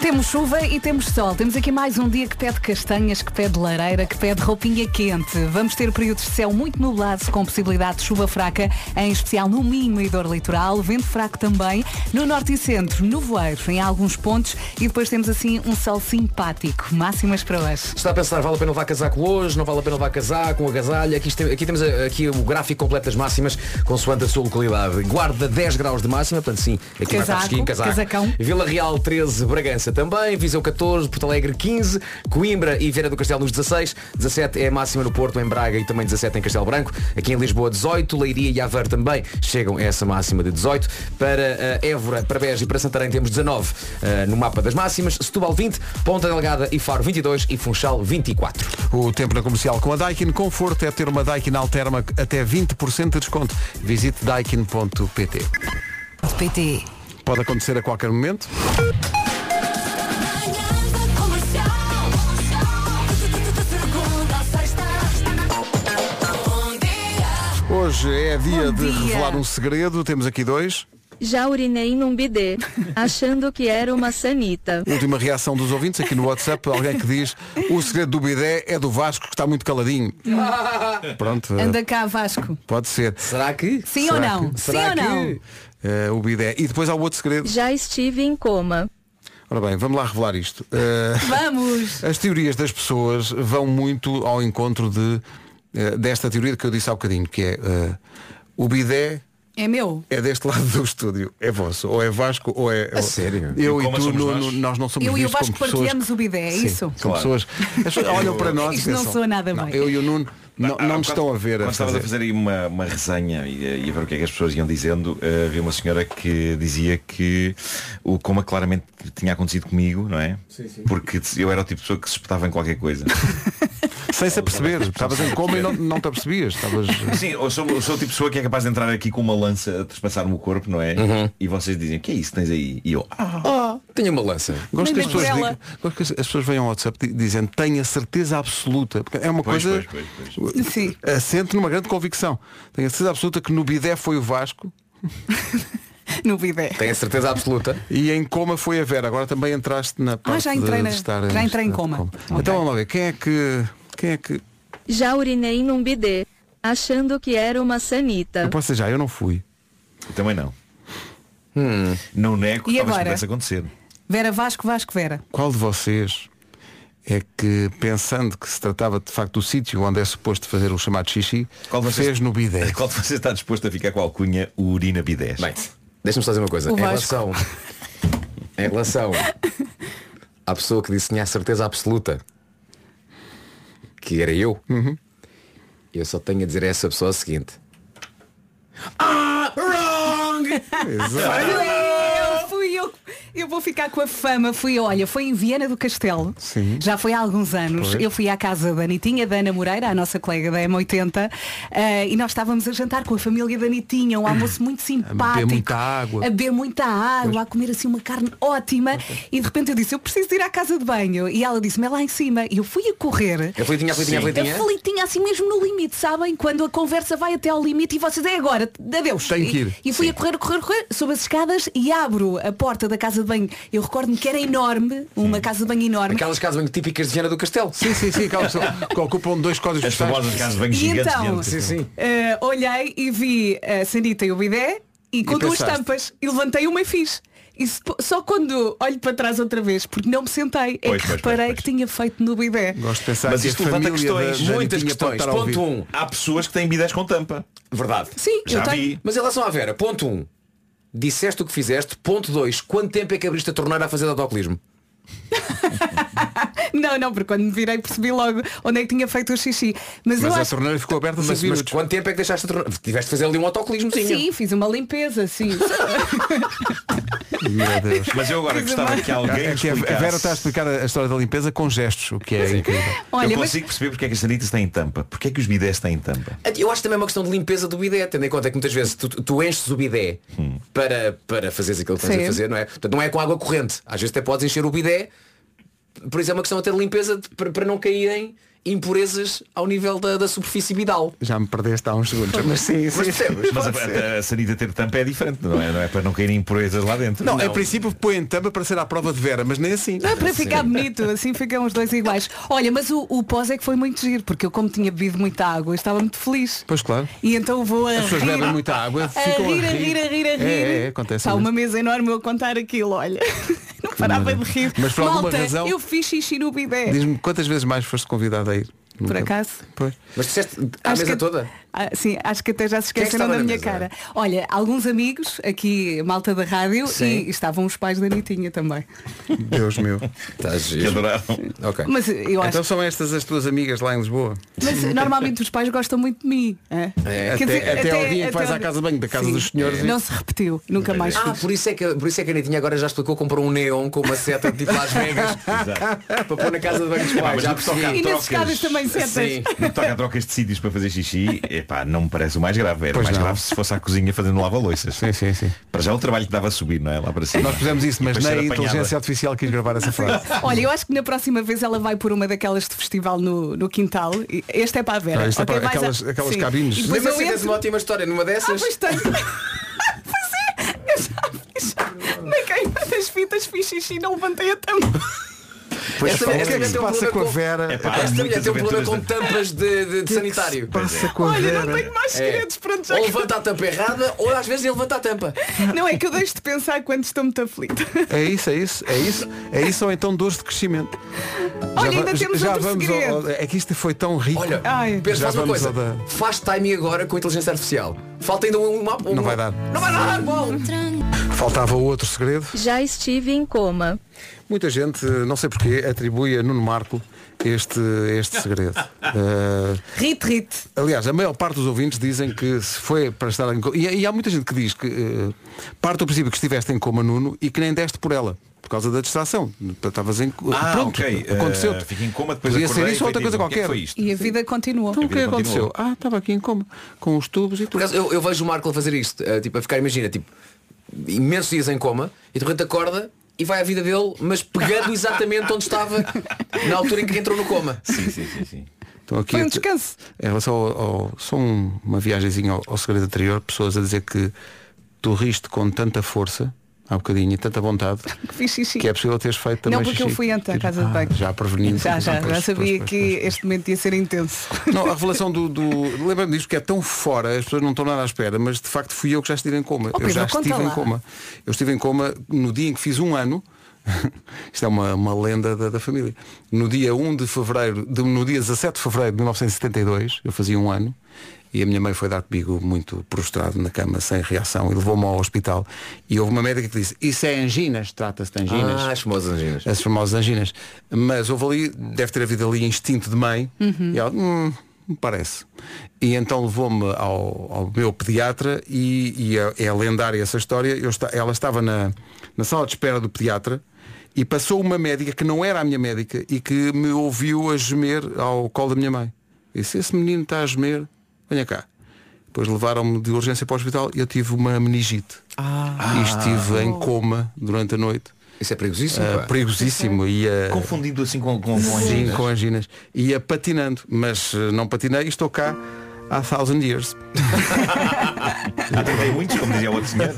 D: Temos chuva e temos sol. Temos aqui mais um dia que pede castanhas, que pede lareira, que pede roupinha quente. Vamos ter períodos de céu muito nublado, com possibilidade de chuva fraca, em especial no Minho e dor litoral, vento fraco também, no norte e centro, nevoeiro, em alguns pontos, e depois temos assim um sol simpático. Máximas para hoje.
B: Se está a pensar, vale a pena levar casaco hoje, não vale a pena levar casaco, um agasalho, aqui, este- aqui temos a- aqui o gráfico completo das máximas, consoante a sua localidade. Guarda 10 graus de máxima, portanto sim, aqui vai para
D: Casaco,
B: fresquinho, casaco.
D: casacão.
B: Vila Real 13, Bragança também, Viseu 14, Porto Alegre 15, Coimbra e Vieira do Castelo nos 16, 17 é a máxima no Porto, em Braga e também 17 em Castelo Branco, aqui em Lisboa 18, Leiria e Aveiro também chegam a essa máxima de 18, para eh, Évora, para Beja e para Santarém temos 19 eh, no mapa das máximas, Setúbal 20, Ponta Delgada e Faro 22 e Funchal 24.
A: O tempo na comercial com a Daikin Conforto é ter uma Daikin Alterma até 20% de desconto. Visite daikin.pt.
D: PT.
A: Pode acontecer a qualquer momento. Hoje é dia
N: Bom
A: de
N: dia.
A: revelar um segredo. Temos aqui dois.
N: Já urinei num bidê, achando que era uma sanita.
A: Última reação dos ouvintes aqui no WhatsApp. Alguém que diz o segredo do bidé é do Vasco que está muito caladinho. Pronto. eh,
D: Anda cá, Vasco.
A: Pode ser.
B: Será que?
D: Sim ou não? Sim ou não?
A: eh, o bidé. E depois há o outro segredo.
N: Já estive em coma.
A: Ora bem, vamos lá revelar isto. Eh,
D: Vamos!
A: As teorias das pessoas vão muito ao encontro de, eh, desta teoria que eu disse há bocadinho, que é eh, o bidé
D: É meu.
A: é deste lado do estúdio, é vosso, ou é Vasco, ou é. ou-
B: sério?
A: Eu
B: E
A: e,
B: como
A: tu,
B: somos
A: Nuno,
B: nós?
A: nós? não somos
D: Eu e o
A: vistos
D: Vasco
A: como pessoas.
D: partilhamos o bidé, é
A: Sim,
D: isso?
A: São pessoas. As pessoas olham para nós
D: Isto
A: e
D: não
A: pensam.
D: soa nada bem.
A: Eu e o Nuno não, não nos estão a ver.
L: Ah, Quando
A: A
L: estavas a
A: fazer.
L: fazer aí uma, uma resenha e, e a ver o que é que as pessoas iam dizendo, eh, havia uma senhora que dizia que o coma claramente tinha acontecido comigo, não é?
A: Sim, sim.
L: Porque eu era o tipo de pessoa que se espetava em qualquer coisa.
A: Sem se aperceber, estavas em coma e não, não te apercebias. Estavas...
L: Sim, eu sou, eu sou o tipo de pessoa que é capaz de entrar aqui com uma lança a trespassar o meu corpo, não é?
A: Uhum.
L: E vocês dizem, que é isso que tens aí? E eu, ah,
B: Tenho uma lança.
A: Gosto que,
L: Nem
A: as pessoas
L: dentro
A: digam,
L: dela.
A: gosto que as as pessoas venham ao WhatsApp di- dizendo tenho a certeza absoluta. Porque é uma
L: Pois,
A: coisa
L: pois,
D: Sim.
A: assente numa grande convicção. Tenho a certeza absoluta que no Bidé foi o Vasco
D: No bidé.
B: Tenho a certeza absoluta.
A: e em coma foi a Vera. Agora também entraste na parte
D: Ah, já entrei
A: de,
D: na-
A: de estar
D: já entrei em
A: estar
D: coma.
A: Então vamos lá ver, quem é que. Quem é que.
N: Já urinei num bidê, achando que era uma sanita.
A: Eu posso dizer já, eu não fui.
L: Também não.
A: Hum.
L: Não nego que
D: E
L: talvez
D: agora?
L: pudesse acontecer.
D: Vera Vasco, Vasco Vera.
A: Qual de vocês é que, pensando que se tratava de facto do sítio onde é suposto fazer o chamado xixi,
L: Qual de vocês-
A: fez no Bidé?
L: Qual de vocês está disposto a ficar com a alcunha urina bidés?
B: Bem, deixa-me só dizer uma coisa.
L: O
B: Em
L: Vasco.
B: relação, em relação à pessoa que disse que tinha a certeza absoluta que era eu,
L: Uhum.
B: eu só tenho a dizer a essa pessoa o seguinte.
J: Ah, wrong!
D: Eu fui eu. Eu vou ficar com a fama. Fui, olha, foi em Viena do Castelo.
J: Sim.
D: Já foi há alguns anos.
J: Pois.
D: Eu fui à casa da Anitinha, da Ana Moreira, a nossa colega da M80, eh, e nós estávamos a jantar com a família da Anitinha, um almoço muito simpático.
A: muita água.
D: A beber muita água, a comer assim uma carne ótima. E de repente eu disse, eu preciso de ir à casa de banho. E ela disse-me, é lá em cima. E eu fui a correr.
B: A flitinha, a flitinha, a flitinha.
D: A flitinha assim mesmo no limite, sabem? Quando a conversa vai até ao limite e vocês é agora, adeus.
B: Tem que
D: E-
B: ir.
D: E, fui a correr, correr, correr, sob as escadas e abro a porta da casa de banho. Eu recordo-me que era enorme, uma casa de banho enorme.
B: Aquelas casas bem típicas de Viana do Castelo.
A: Sim, sim, sim, aquelas que ocupam dois códigos
B: As famosas casas bem
D: E então,
B: Sim, sim.
D: eh, olhei e vi a Sanita e o Bidé e com
B: E
D: duas
B: pensaste?
D: tampas e levantei uma e fiz. E se- só quando olho para trás outra vez, porque não me sentei, é
L: Pois,
D: que
L: pois, pois,
D: reparei que tinha feito no bidé.
A: Gosto de pensar
L: Mas
A: que
L: isto
A: a
L: levanta
A: família
L: questões,
A: da- da
L: muitas
A: Anitinha pode
L: questões.
A: estar a ouvir.
L: Ponto 1. Um, há pessoas que têm bidés com tampa.
B: um. Verdade.
D: Sim,
B: Já
D: eu tenho.
B: vi. Mas em relação à Vera, ponto 1. Um, disseste o que fizeste. Ponto 2. Quanto tempo é que abriste a torneira a fazer de autoclismo?
D: Não, não, porque quando me virei percebi logo onde é que tinha feito o xixi. Mas, eu
A: Mas a
D: acho
A: torneira ficou aberta
B: Mas,
A: cinco
B: mas
A: minutos.
B: quanto tempo é que deixaste a torneira? Tiveste de fazer ali um autocolismozinho.
D: Sim, fiz uma limpeza, sim.
A: Meu Deus.
L: Mas eu agora gostava que alguém
A: É que a
L: explicasse.
A: Vera está a explicar a a história da limpeza com gestos, o que é incrível.
D: Olha,
L: eu
D: mas-
L: consigo perceber porque é que as sanitas têm tampa. Porque é que os bidés têm tampa?
B: Eu acho também uma questão de limpeza do bidé, tendo em conta que muitas vezes tu, tu enches o bidé
L: Hum.
B: para, para fazeres aquilo que tens
D: Sim.
B: a fazer, não é? Portanto, não é com água corrente. Às vezes até podes encher o bidé, por isso é uma questão até de limpeza de- para, para não caírem impurezas ao nível da, da superfície bidal.
A: Já me perdeste há uns segundos. Mas sim, sim.
L: Mas
A: pode
L: a, a, a sanita ter tampa é diferente, não é? Não é para não caírem impurezas lá dentro.
A: Não, é em princípio põe tampa para ser à prova de Vera, mas nem assim.
D: Não é para ficar bonito, assim ficam os dois iguais. Olha, mas o, o pós é que foi muito giro, porque eu como tinha bebido muita água, eu estava muito feliz.
A: Pois claro.
D: E então vou a
A: As pessoas
D: rir,
A: bebem muita água,
D: a
A: ficam
D: rir, a rir, a rir, a rir.
A: É, é, acontece
D: Está
A: muito.
D: uma mesa enorme eu a contar aquilo, olha. Não parava de rir.
A: Mas por alguma
D: Malta,
A: razão-
D: eu fiz xixi no bidé.
A: Diz-me quantas vezes mais foste convidado a ir?
D: Por acaso?
A: Pois.
B: Mas disseste
D: Acho que- Ah, sim, acho que até já se
B: Quem é que estava
D: esqueceram da
B: na
D: minha
B: mesa?
D: cara. Olha, alguns amigos, aqui malta da rádio,
B: Sim.
D: e estavam os pais da Nitinha também.
A: Então Deus meu.
L: Que adoravam.
B: Ok.
D: Mas eu acho
A: Então são estas as tuas amigas lá em Lisboa?
D: Mas normalmente os pais gostam muito de mim. hã?
A: É,
D: Quer
A: até,
D: dizer,
A: até ao dia em que
D: até
A: vais
D: ao
A: à
D: dia-
A: casa de banho, da casa
D: Sim.
A: dos senhores. e-
D: Não se repetiu, nunca mais
B: Ah,
D: fiz.
B: por isso, é que, por isso é que a Anitinha agora já explicou comprar um neon com uma seta tipo Las Vegas para pôr na casa de banho dos
L: Pá,
B: pais.
L: mas
B: Já
L: no que toca a
B: percebi.
D: nas escadas
L: trocas-
D: também setas.
L: Sim, no que toca a trocas de sítios para fazer xixi, epá, não me parece o mais grave. Era
A: Pois
L: mais
A: não.
L: grave se fosse à cozinha fazendo lava-loiças.
A: Sim, sim, sim.
L: Para já o trabalho que dava a subir, não é? Lá para cima.
A: Nós fizemos isso,
L: E
A: mas
L: depois ser
A: nem a
L: apanhada.
A: inteligência artificial quis gravar essa frase.
D: Olha, eu acho que na próxima vez ela vai por uma daquelas de festival no, no quintal. E- Este é para a Vera.
A: Ah, este é
D: Ok,
A: para
D: vais
A: aquelas- aquelas
D: Sim.
A: cabines.
D: E depois
B: Mesmo
D: eu
B: assim tens
D: entro.
B: uma ótima história numa
D: Ah,
B: dessas.
D: pois tenho. Pois é, eu já, eu já, na queima das fitas fiz xixi e não levantei a tampa.
A: Pois
B: Esta
A: o que
B: mulher
A: é que
B: tem
A: se
B: um
A: passa
B: problema
A: com a Vera?
L: Epá, há
B: Esta mulher
L: muitas
B: tem um problema
L: aventuras
B: com
L: de-
B: tampas de, de, de sanitário.
A: Passa com a
D: Olha, não
A: Vera. É.
D: tenho mais segredos, pronto, já
B: Ou
D: que-
B: levanta a tampa errada, ou às vezes ele levanta a tampa.
D: Não é que eu deixo de pensar quando estou muito aflita.
A: É isso, é isso, é isso, é isso ou então dores de crescimento.
D: Olha,
A: va-
D: ainda temos outro
A: ao-
D: segredo.
A: ao- É que isto foi tão rico.
B: Olha,
D: Ai.
B: Pedro,
A: Já
B: faz uma
A: vamos
B: coisa.
A: ao da-
B: Faz timing agora com a inteligência artificial. Falta ainda um mapa.
A: Não vai dar.
B: Não vai dar, bom.
A: Faltava outro segredo.
N: Já estive em coma.
A: Muita gente, não sei porquê, atribui a Nuno Marco este, este segredo. Eh,
D: Rit, rit.
A: aliás, a maior parte dos ouvintes dizem que se foi para estar em coma. E, e há muita gente que diz que eh, parte do princípio que estiveste em coma Nuno e que nem deste por ela. Por causa da distração. Estavas em co-
L: Ah,
A: Pronto,
L: ok.
A: aconteceu.
L: Eh, fiquei em coma, depois
A: Podia
L: acordei
A: ser isso
L: e
A: ou outra
L: foi
A: coisa
L: tipo, o que é que
A: qualquer.
L: foi isto?
D: E a vida continuou.
A: Então o que é que
L: A vida
A: aconteceu?
L: continuou.
A: Ah, estava aqui em coma. Com os tubos e
B: Por
A: tudo.
B: acaso, eu, eu vejo o Marco a fazer isto, eh, tipo, a ficar, imagina, tipo, imensos dias em coma, e de repente acorda e vai à vida dele, mas pegando exatamente onde estava na altura em que entrou no coma.
L: Sim, sim, sim, sim.
A: Estão aqui
D: Foi um
A: a-
D: descanso.
A: Em relação ao, ao- só um- uma viagemzinha ao, ao segredo anterior, pessoas a dizer que tu riste com tanta força, há um bocadinho, e tanta vontade,
D: Fiz xixi.
A: que é possível teres feito também
D: não, porque eu
A: xixi.
D: fui antes à
A: Tipo,
D: casa de
A: ah,
D: banho.
A: Já prevenindo.
D: Já, já,
A: Pois,
D: já sabia
A: pois, pois,
D: que
A: pois.
D: este momento ia ser intenso.
A: Não, a revelação do... do Lembra-me disto que é tão fora, as pessoas não estão nada à espera, mas de facto fui eu que já estive em coma.
D: Oh,
A: eu
D: Pedro,
A: já
D: conta
A: estive em
D: lá.
A: coma. Eu estive em coma no dia em que fiz um ano. Isto é uma, uma lenda da, da família. No dia 1 de fevereiro, de- no dia 17 de fevereiro de 1972, eu fazia um ano, e a minha mãe foi dar comigo muito prostrado na cama, sem reação, e levou-me ao hospital. E houve uma médica que disse, isso é anginas, trata-se de anginas
B: Ah, as famosas anginas.
A: as famosas anginas. Mas houve ali, deve ter havido ali instinto de mãe. E ela, hum, me parece. E então levou-me ao, ao meu pediatra e, e é, é lendária essa história. Eu esta- ela estava na, na sala de espera do pediatra e passou uma médica que não era a minha médica e que me ouviu a gemer ao colo da minha mãe. Eu Disse, esse menino está a gemer, venha cá. Depois levaram-me de urgência para o hospital e eu tive uma meningite. e estive em coma durante a noite.
B: Isso é perigosíssimo.
A: Ah,
B: pá.
A: perigosíssimo e a
L: Confundido assim com, com, com
A: Sim,
L: anginas.
A: com anginas ia patinando mas eh, não patinei e estou cá há thousand years
L: Ah, tentei muitos, como dizia o outro senhor.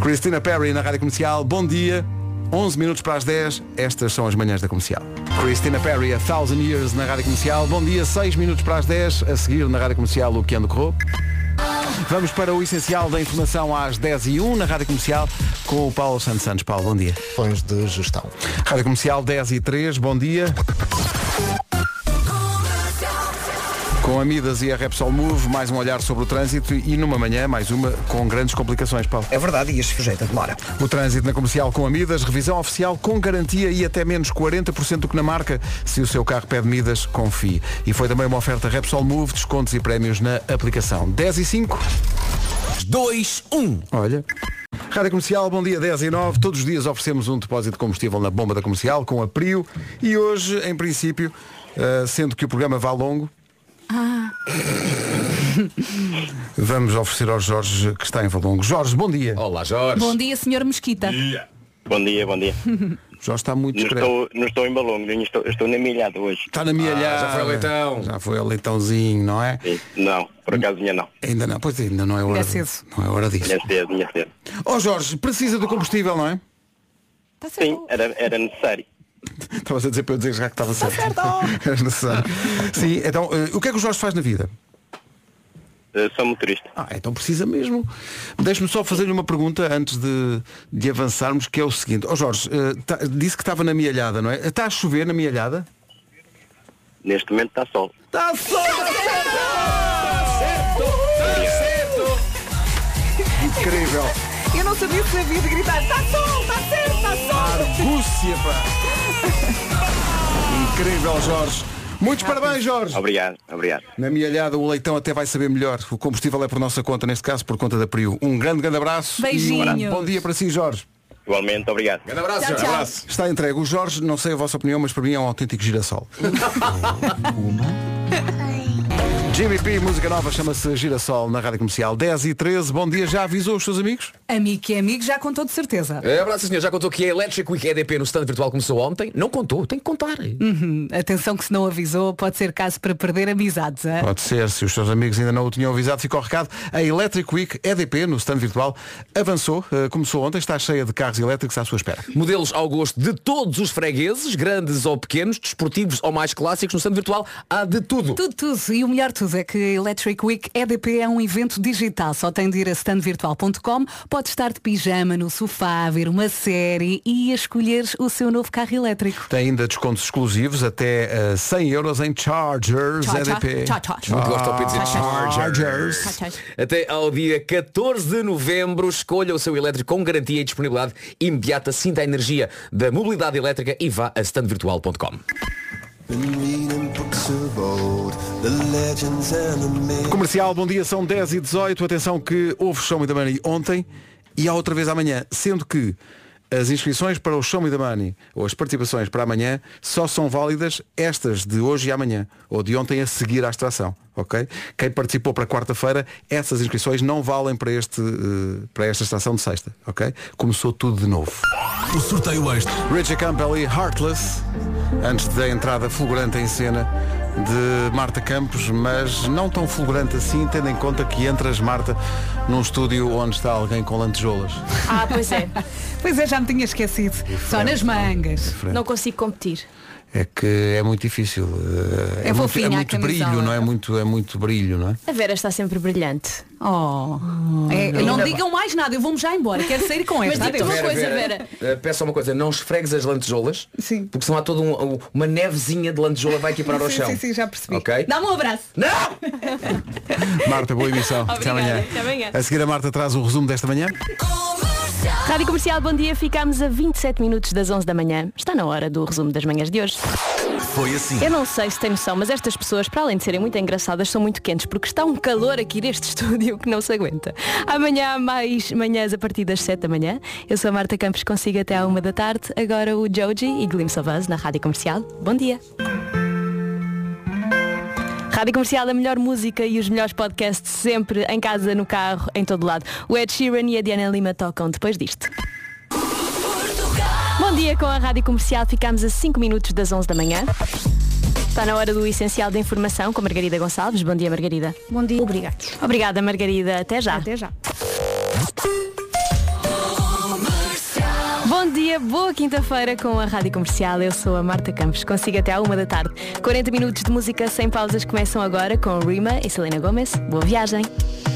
A: Christina Perry na Rádio Comercial bom dia 11 minutos para as 10 estas são as manhãs da Comercial Christina Perry a thousand years na Rádio Comercial bom dia 6 minutos para as 10 a seguir na Rádio Comercial o que ando corrou Vamos para o essencial da informação às 10 e 1 na Rádio Comercial com o Paulo Santos Santos. Paulo, bom dia.
H: Questões de gestão.
A: Rádio Comercial 10 e 3, bom dia. Com Amidas e a Repsol Move, mais um olhar sobre o trânsito e numa manhã, mais uma com grandes complicações, Paulo.
C: É verdade, e este sujeito demora.
A: O trânsito na comercial com Amidas, revisão oficial com garantia e até menos 40% do que na marca. Se o seu carro pede Midas, confie. E foi também uma oferta Repsol Move, descontos e prémios na aplicação. 10 e 5. 2, 1. Olha. Rádio Comercial, bom dia 10 e 9. Todos os dias oferecemos um depósito de combustível na bomba da comercial com a Prio. E hoje, em princípio, eh, sendo que o programa vá longo,
J: Ah.
A: vamos oferecer ao Jorge que está em Valongo. Jorge, bom dia.
B: Olá, Jorge.
O: Bom dia, senhor Mesquita.
P: Bom dia, bom dia.
A: Jorge está muito
P: Não
A: discreto.
P: estou, não estou em balão, não estou, estou na milhada hoje.
A: Está na minha Ah, já foi ao leitão. Já foi ao leitãozinho, não é?
P: Não, por acaso minha não.
A: Ainda não, pois ainda não é hora. Não é hora disso.
P: Minha cedo, minha cedo.
A: Ó Jorge, precisa do combustível, não é?
O: Tá
P: Sim, era, era necessário.
A: Estavas a dizer para eu dizer já que estava certo. Era necessário. Sim, então, eh, o que é que o Jorge faz na vida?
P: Eh, sou motorista.
A: Ah, então precisa mesmo. Deixe-me só fazer-lhe uma pergunta antes de, de avançarmos, que é o seguinte. Ó Jorge, eh, tá- disse que estava na mialhada, não é? Está a chover na mialhada?
P: Neste momento está sol.
A: Está sol! Incrível.
D: Eu não sabia se havia de gritar. Está sol, está certo, está sol.
A: Rússia, pá. Incrível, Jorge. Muitos parabéns, Jorge.
P: Obrigado, obrigado.
A: Na minha olhada, o leitão até vai saber melhor. O combustível é por nossa conta, neste caso, por conta da Priu. Um grande, grande abraço.
P: Beijinhos.
A: E um bom dia para si, Jorge.
P: Igualmente, obrigado. Grande
A: abraço, Tchau, Jorge. tchau. Abraço. Está entregue. O Jorge, não sei a vossa opinião, mas para mim é um autêntico girassol. Jimmy P, música nova, chama-se Girassol na Rádio Comercial 10 e 13. Bom dia, já avisou os seus amigos?
D: Amigo que é amigo já contou de certeza.
B: É, abraço, senhor. Já contou que a Electric Week EDP no stand virtual começou ontem? Não contou, tem que contar.
D: Uhum. Atenção que se não avisou, pode ser caso para perder amizades. hã?
A: Pode ser, se os seus amigos ainda não o tinham avisado, fica o recado. A Electric Week EDP, no stand virtual, avançou, eh, começou ontem, está cheia de carros elétricos à sua espera.
B: Modelos ao gosto de todos os fregueses, grandes ou pequenos, desportivos ou mais clássicos, no stand virtual há de tudo.
D: Tudo, tudo. E o melhor de tudo é que a Electric Week EDP é um evento digital. Só tem de ir a standvirtual.com, pode estar de pijama no sofá, ver uma série e a escolher o seu novo carro elétrico.
A: Tem ainda descontos exclusivos até eh, 100 euros em Chargers
D: Cha- cha-
A: EDP.
D: cha- cha- cha.
B: Muito gosto de ouvir dizer
A: Chargers.
B: Chargers. Ah. Até ao dia 14 de novembro, escolha o seu elétrico com garantia e disponibilidade imediata. Sinta a energia da mobilidade elétrica e vá a standvirtual.com.
A: Comercial, bom dia, são 10 e 18 Atenção que houve Show Me the Money ontem e há outra vez amanhã, sendo que as inscrições para o Show Me the Money ou as participações para amanhã só são válidas estas de hoje e amanhã ou de ontem a seguir à extração, ok? Quem participou para quarta-feira, essas inscrições não valem para, este, eh, para esta extração de sexta, ok? Começou tudo de novo.
G: O sorteio extra.
A: Richie Campbell e Heartless, antes da entrada fulgurante em cena de Marta Campos, mas não tão fulgurante assim, tendo em conta que entras, Marta, num estúdio onde está alguém com lantejoulas.
O: Ah, pois é.
D: pois é, já me tinha esquecido. Só nas mangas.
A: Diferente.
O: Não consigo competir.
A: É que é muito difícil. eh,
O: É
A: muito,
O: fofinha
A: é
O: a
A: muito
O: camisola.
A: brilho, não é? Muito, é muito brilho, não é?
O: A Vera está sempre brilhante.
D: Oh. É,
O: Ainda
D: não
O: bem.
D: digam mais nada, eu vou-me já embora. Quero sair com
O: Mas
D: esta.
O: digo-te uma
D: adeus.
O: coisa,
B: eh, peço só uma coisa, não esfregues as lantejoulas, porque senão há toda um- um- uma nevezinha de lantejoula vai aqui parar ao
D: Sim,
B: chão.
D: sim, sim, já percebi.
B: Ok?
D: Dá-me um abraço.
B: Não!
A: Marta, boa emissão. até,
O: Obrigada,
A: amanhã.
O: até amanhã.
A: A seguir a Marta traz o resumo desta manhã.
O: Rádio Comercial, bom dia. Ficámos a 27 minutos das 11 da manhã. Está na hora do resumo das manhãs de hoje.
G: Foi assim.
O: Eu não sei se tem noção, mas estas pessoas, para além de serem muito engraçadas, são muito quentes, porque está um calor aqui neste estúdio que não se aguenta. Amanhã há mais manhãs a partir das 7 da manhã. Eu sou a Marta Campos, consigo até à 1 da tarde. Agora o Joji e Glimpse of Us na Rádio Comercial. Bom dia. Rádio Comercial, a melhor música e os melhores podcasts sempre, em casa, no carro, em todo lado. O Ed Sheeran e a Diana Lima tocam depois disto. Bom dia com a Rádio Comercial, ficamos a 5 minutos das 11 da manhã. Está na hora do Essencial da Informação com Margarida Gonçalves. Bom dia, Margarida. Bom dia. Obrigados. Obrigada, Margarida. Até
D: Tá.
O: já. Até já. Bom dia, boa quinta-feira com a Rádio Comercial. Eu sou a Marta Campos. Consigo até à uma da tarde. 40 minutos de música sem pausas começam agora com Rima e Selena Gomes. Boa viagem.